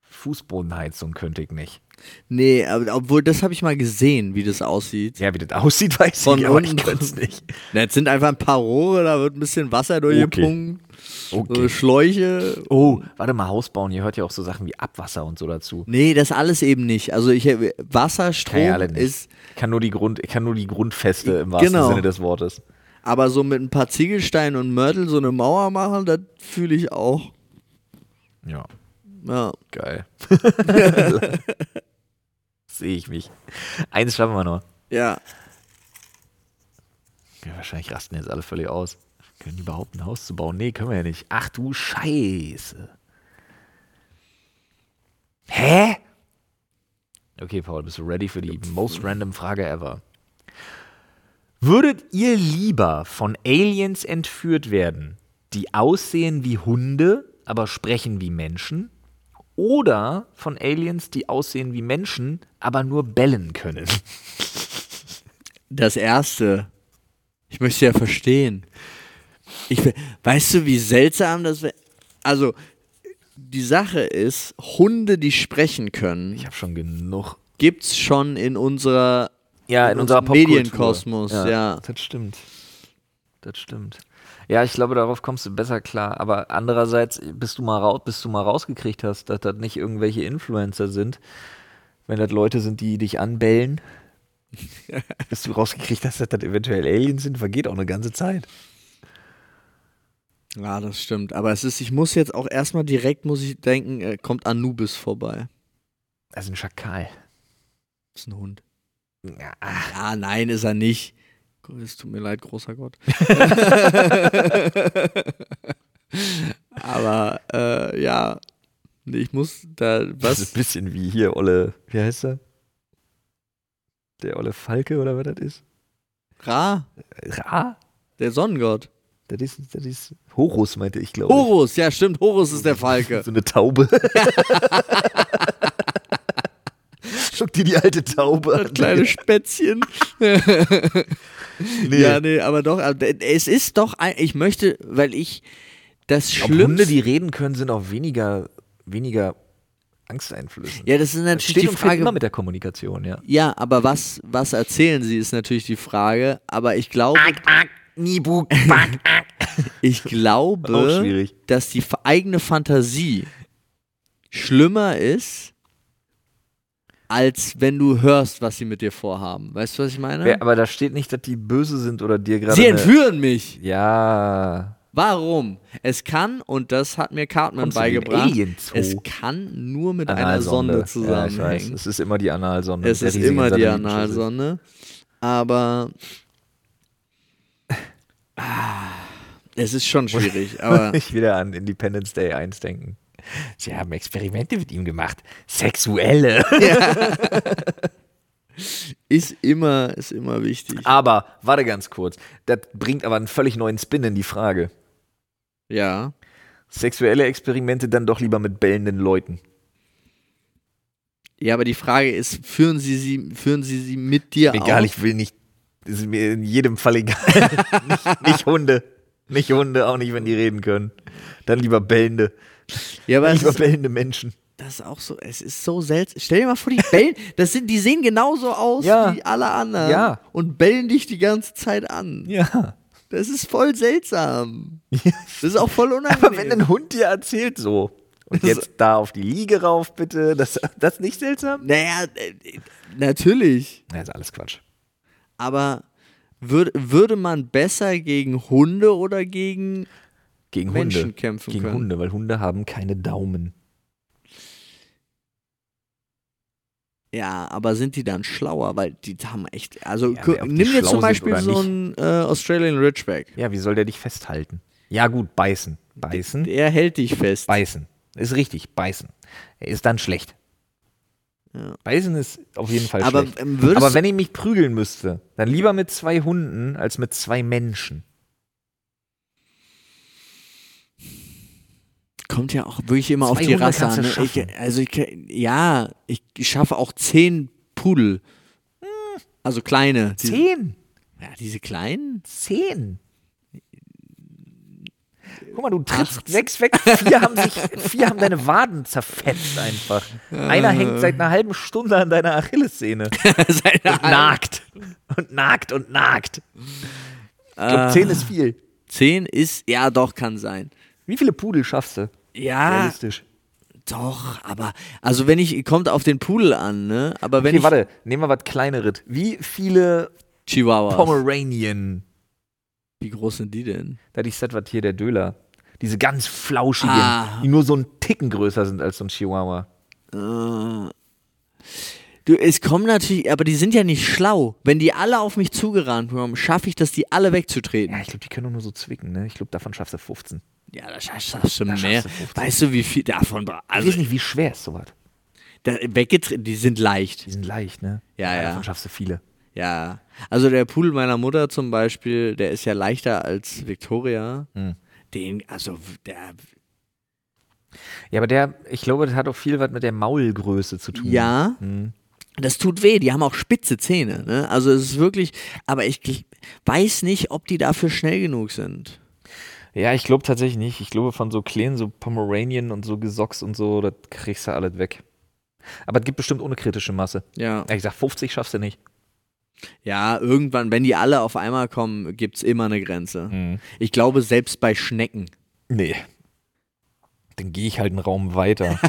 B: Fußbodenheizung könnte ich nicht.
A: Nee, aber, obwohl, das habe ich mal gesehen, wie das aussieht.
B: Ja, wie das aussieht, weiß
A: Von
B: ich, aber
A: unten.
B: ich könnte es nicht.
A: Na, jetzt sind einfach ein paar Rohre, da wird ein bisschen Wasser durchgepumpt. So
B: Okay.
A: Schläuche.
B: Oh, warte mal, Haus bauen, hier hört ja auch so Sachen wie Abwasser und so dazu.
A: Nee, das alles eben nicht. Also ich, Wasser,
B: Kann ja
A: Strom
B: alle nicht.
A: ist
B: Ich kann nur die, Grund, ich kann nur die Grundfeste im wahrsten
A: Genau.
B: Sinne des Wortes.
A: Aber so mit ein paar Ziegelsteinen und Mörtel so eine Mauer machen, das fühle ich auch.
B: Ja,
A: Ja.
B: geil. Also, Sehe ich mich. Eins schaffen wir noch.
A: ja.
B: Ja, wahrscheinlich rasten jetzt alle völlig aus. Können die behaupten, ein Haus zu bauen? Nee, können wir ja nicht. Ach du Scheiße. Hä? Okay, Paul, bist du ready für die most random Frage ever? Würdet ihr lieber von Aliens entführt werden, die aussehen wie Hunde, aber sprechen wie Menschen? Oder von Aliens, die aussehen wie Menschen, aber nur bellen können?
A: Das erste. Ich möchte ja verstehen. Ich, we- weißt du, wie seltsam das wäre? Also, die Sache ist, Hunde, die sprechen können,
B: Ich habe schon genug
A: gibt's schon in unserer
B: Ja,
A: in
B: in, unserer
A: unserem
B: Popkultur.
A: Medienkosmos, ja.
B: Das stimmt. das stimmt. Ja, ich glaube, darauf kommst du besser klar. Aber andererseits, bis du mal, raus, bis du mal rausgekriegt hast, dass das nicht irgendwelche Influencer sind, wenn das Leute sind, die dich anbellen, bis du rausgekriegt hast, dass das eventuell Aliens sind, vergeht auch eine ganze Zeit.
A: Ja, das stimmt. Aber es ist, ich muss jetzt auch erstmal direkt, muss ich denken, äh, kommt Anubis vorbei.
B: Also ein Schakal.
A: Ist ein Hund.
B: Ja, ah,
A: Ja, nein, ist er nicht. Gott, Es tut mir leid, großer Gott. Aber äh, ja, nee, ich muss da
B: das ist
A: was.
B: ein bisschen wie hier Olle, wie heißt er? Der Olle Falke oder was das ist?
A: Ra,
B: Ra?
A: der Sonnengott.
B: Das ist, das ist Horus, meinte ich, glaube ich.
A: Horus, ja stimmt, Horus ist der Falke.
B: So eine Taube. Guck dir die alte Taube an.
A: Das kleine Spätzchen.
B: Nee.
A: Ja, nee, aber doch, aber es ist doch, ein, ich möchte, weil ich das
B: Ob Hunde,
A: Schlimmste.
B: die reden können, sind auch weniger, weniger angsteinflößend.
A: Ja, das ist
B: Das
A: natürlich
B: steht
A: die
B: und fällt
A: Frage,
B: immer mit der Kommunikation, ja.
A: Ja, aber was, was erzählen sie, ist natürlich die Frage. Aber ich glaube.
B: Ah.
A: ich
B: Auch
A: glaube,
B: schwierig.
A: dass die fa- eigene Fantasie schlimmer ist, als wenn du hörst, was sie mit dir vorhaben. Weißt du, was ich meine?
B: Wer- Aber da steht nicht, dass die böse sind oder dir gerade.
A: sie
B: eine-
A: entführen mich.
B: Ja.
A: Warum? Es kann, und das hat mir Cartman
B: Kommst du in den
A: beigebracht,
B: Alien-Zoo?
A: es kann nur mit einer Sonde
B: Ja, ich weiß.
A: zusammenhängen.
B: Es ist immer die Analsonde.
A: Es
B: mit der
A: ist
B: riesigen
A: immer die
B: Satellitenschüssel.
A: Analsonde. Aber Ah, es ist schon schwierig. Aber
B: Ich wieder an Independence Day 1 denken. Sie haben Experimente mit ihm gemacht. Sexuelle.
A: ist immer, ist immer wichtig.
B: Aber, warte ganz kurz. Das bringt aber einen völlig neuen Spin in die Frage.
A: Ja.
B: Sexuelle Experimente dann doch lieber mit bellenden Leuten.
A: Ja, aber die Frage ist, führen sie sie, führen sie, sie mit dir
B: Egal,
A: auf?
B: ich will nicht. Ist mir in jedem Fall egal. nicht, nicht Hunde. Nicht Hunde, auch nicht, wenn die reden können. Dann lieber bellende.
A: ja, aber
B: Dann
A: es
B: lieber
A: ist,
B: bellende Menschen.
A: das ist auch so, es ist so seltsam. Stell dir mal vor, die bellen, das sind, die sehen genauso aus
B: Ja.
A: wie alle anderen
B: Ja.
A: und bellen dich die ganze Zeit an.
B: Ja.
A: Das ist voll seltsam. Das ist auch voll unangenehm.
B: Aber wenn ein Hund dir erzählt so. Und jetzt da auf die Liege rauf, bitte. Das, das nicht seltsam?
A: Naja, äh, natürlich.
B: Ja, ist alles Quatsch.
A: Aber würd, würde man besser gegen Hunde oder gegen.
B: Gegen
A: Menschen
B: Hunde.
A: kämpfen
B: Gegen
A: können.
B: Hunde, weil Hunde haben keine Daumen.
A: Ja, aber sind die dann schlauer? Weil die haben echt. Also
B: Ja,
A: gu-
B: wer- ob die
A: nimm dir
B: schlau
A: zum
B: sind
A: Beispiel
B: oder
A: so einen äh, Australian Ridgeback.
B: Ja, wie soll der dich festhalten? Ja, gut, beißen. Beißen.
A: Der hält dich fest.
B: Beißen. Ist richtig, beißen. Er ist dann schlecht.
A: Ja.
B: Beißen ist auf jeden Fall
A: Aber
B: schlecht.
A: ähm, würdest
B: Aber wenn ich mich prügeln müsste, dann lieber mit zwei Hunden als mit zwei Menschen.
A: kommt ja auch wirklich immer auf
B: Zwei
A: die
B: Hunde
A: Rasse
B: kannst
A: an.
B: du
A: ne?
B: schaffen.
A: Ich, also ich, ke- ja, ich schaffe auch zehn Pudel. Also kleine. Die-
B: Hm. Zehn.
A: Ja, diese kleinen?
B: Zehn. Guck mal, du trittst
A: Acht.
B: sechs weg, vier haben, sich, vier haben deine Waden zerfetzt einfach. Einer hängt seit einer halben Stunde an deiner Achillessehne.
A: Seine
B: Und nagt. Und nagt und nagt. Ich glaube,
A: Ah.
B: zehn ist viel.
A: Zehn ist, ja doch, kann sein.
B: Wie viele Pudel schaffst du?
A: Ja,
B: Realistisch.
A: doch, aber, also wenn ich, kommt auf den Pudel an, ne? Aber wenn
B: Okay,
A: ich,
B: warte, nehmen wir was kleineres. Wie viele
A: Chihuahuas,
B: Pomeranian?
A: wie groß sind die denn?
B: Da ich gesagt, was hier der Döler. Diese ganz flauschigen,
A: Ah.
B: die nur so einen Ticken größer sind als so ein Chihuahua.
A: Äh, du, es kommen natürlich, aber die sind ja nicht schlau. Wenn die alle auf mich zugerannt kommen, schaffe ich das, die alle wegzutreten.
B: Ja, ich glaube, die können doch nur so zwicken, ne? Ich glaube, davon schaffst du 15.
A: Ja, da schaffst, schaffst du
B: Da
A: mehr.
B: schaffst du 15.
A: weißt du, wie viel davon, bra-
B: Ich
A: also,
B: weiß nicht, wie schwer ist sowas.
A: da, weggetreten, die sind leicht.
B: Die sind leicht, ne?
A: Ja, ja.
B: Davon schaffst du viele.
A: Ja, also der Pudel meiner Mutter zum Beispiel, der ist ja leichter als Victoria.
B: Hm.
A: Den, also der,
B: Ja, aber der, ich glaube, das hat auch viel was mit der Maulgröße zu
A: Hm.
B: tun. Hm.
A: ja, das tut weh. Die haben auch spitze Zähne. Ne? Also es ist wirklich, aber ich gl- weiß nicht, ob die dafür schnell genug sind.
B: Ja, ich glaube tatsächlich nicht. Ich glaube, von so kleinen, so Pomeranian und so Gesocks und so, das kriegst du alles weg. Aber es gibt bestimmt ohne kritische Masse.
A: Ja,
B: Ja, ich sag, 50 schaffst du nicht.
A: Ja, irgendwann, wenn die alle auf einmal kommen, gibt es immer eine Grenze.
B: Mhm.
A: Ich glaube, selbst bei Schnecken.
B: Nee. Dann gehe ich halt einen Raum weiter.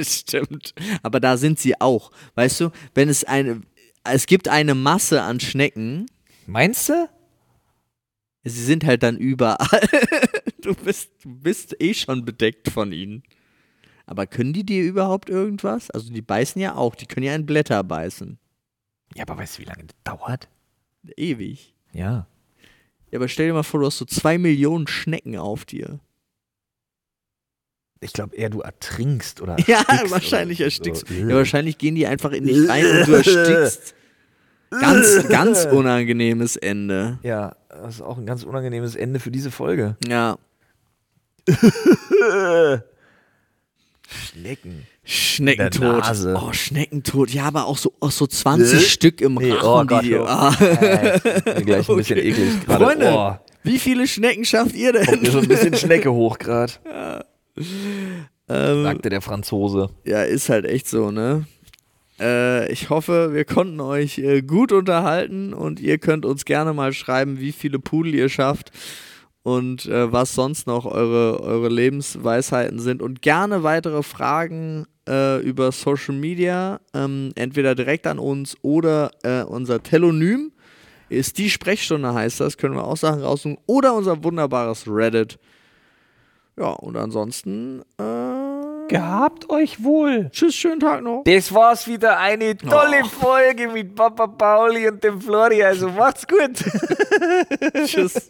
A: Stimmt. Aber da sind sie auch. Weißt du, wenn es eine. Es gibt eine Masse an Schnecken,
B: Meinst du?
A: sie sind halt dann überall. du, bist, du bist eh schon bedeckt von ihnen. Aber können die dir überhaupt irgendwas? Also die beißen ja auch, die können ja in Blätter beißen.
B: Ja, aber weißt du, wie lange das dauert?
A: Ewig.
B: Ja.
A: Ja, aber stell dir mal vor, du hast so zwei Millionen Schnecken auf dir.
B: Ich glaube eher, du ertrinkst oder
A: Ja,
B: erstickst oder
A: wahrscheinlich
B: so. Äh.
A: erstickst.
B: So.
A: Ja, wahrscheinlich gehen die einfach in dich rein und du erstickst. Ganz, ganz unangenehmes Ende.
B: Ja, das ist auch ein ganz unangenehmes Ende für diese Folge.
A: Ja.
B: Äh. Schlecken. In der
A: Schneckentod.
B: Nase.
A: Oh, Schneckentod. Ja, aber auch so, auch so 20 Stück im Rachen.
B: oh
A: die
B: Gott,
A: dir-
B: oh.
A: Ah.
B: Äh, bin gleich ein bisschen
A: Okay.
B: eklig gerade.
A: Freunde,
B: oh,
A: wie viele Schnecken schafft ihr
B: kommt mir
A: denn?
B: so ein bisschen Schnecke hoch gerade,
A: Ähm,
B: sagte der Franzose.
A: ja, ist halt echt so, ne? Äh, ich hoffe, wir konnten euch äh, gut unterhalten und ihr könnt uns gerne mal schreiben, wie viele Pudel ihr schafft und äh, was sonst noch eure, eure Lebensweisheiten sind. Und gerne weitere Fragen äh, über Social Media, ähm, entweder direkt an uns oder äh, unser Telonym ist die Sprechstunde, heißt das, können wir auch Sachen raussuchen, oder unser wunderbares Reddit. Ja, und ansonsten. Äh,
B: Gehabt euch wohl.
A: Tschüss, schönen Tag noch.
B: Das war's wieder eine tolle Folge mit Papa Pauli und dem Flori. Also macht's gut.
A: Tschüss.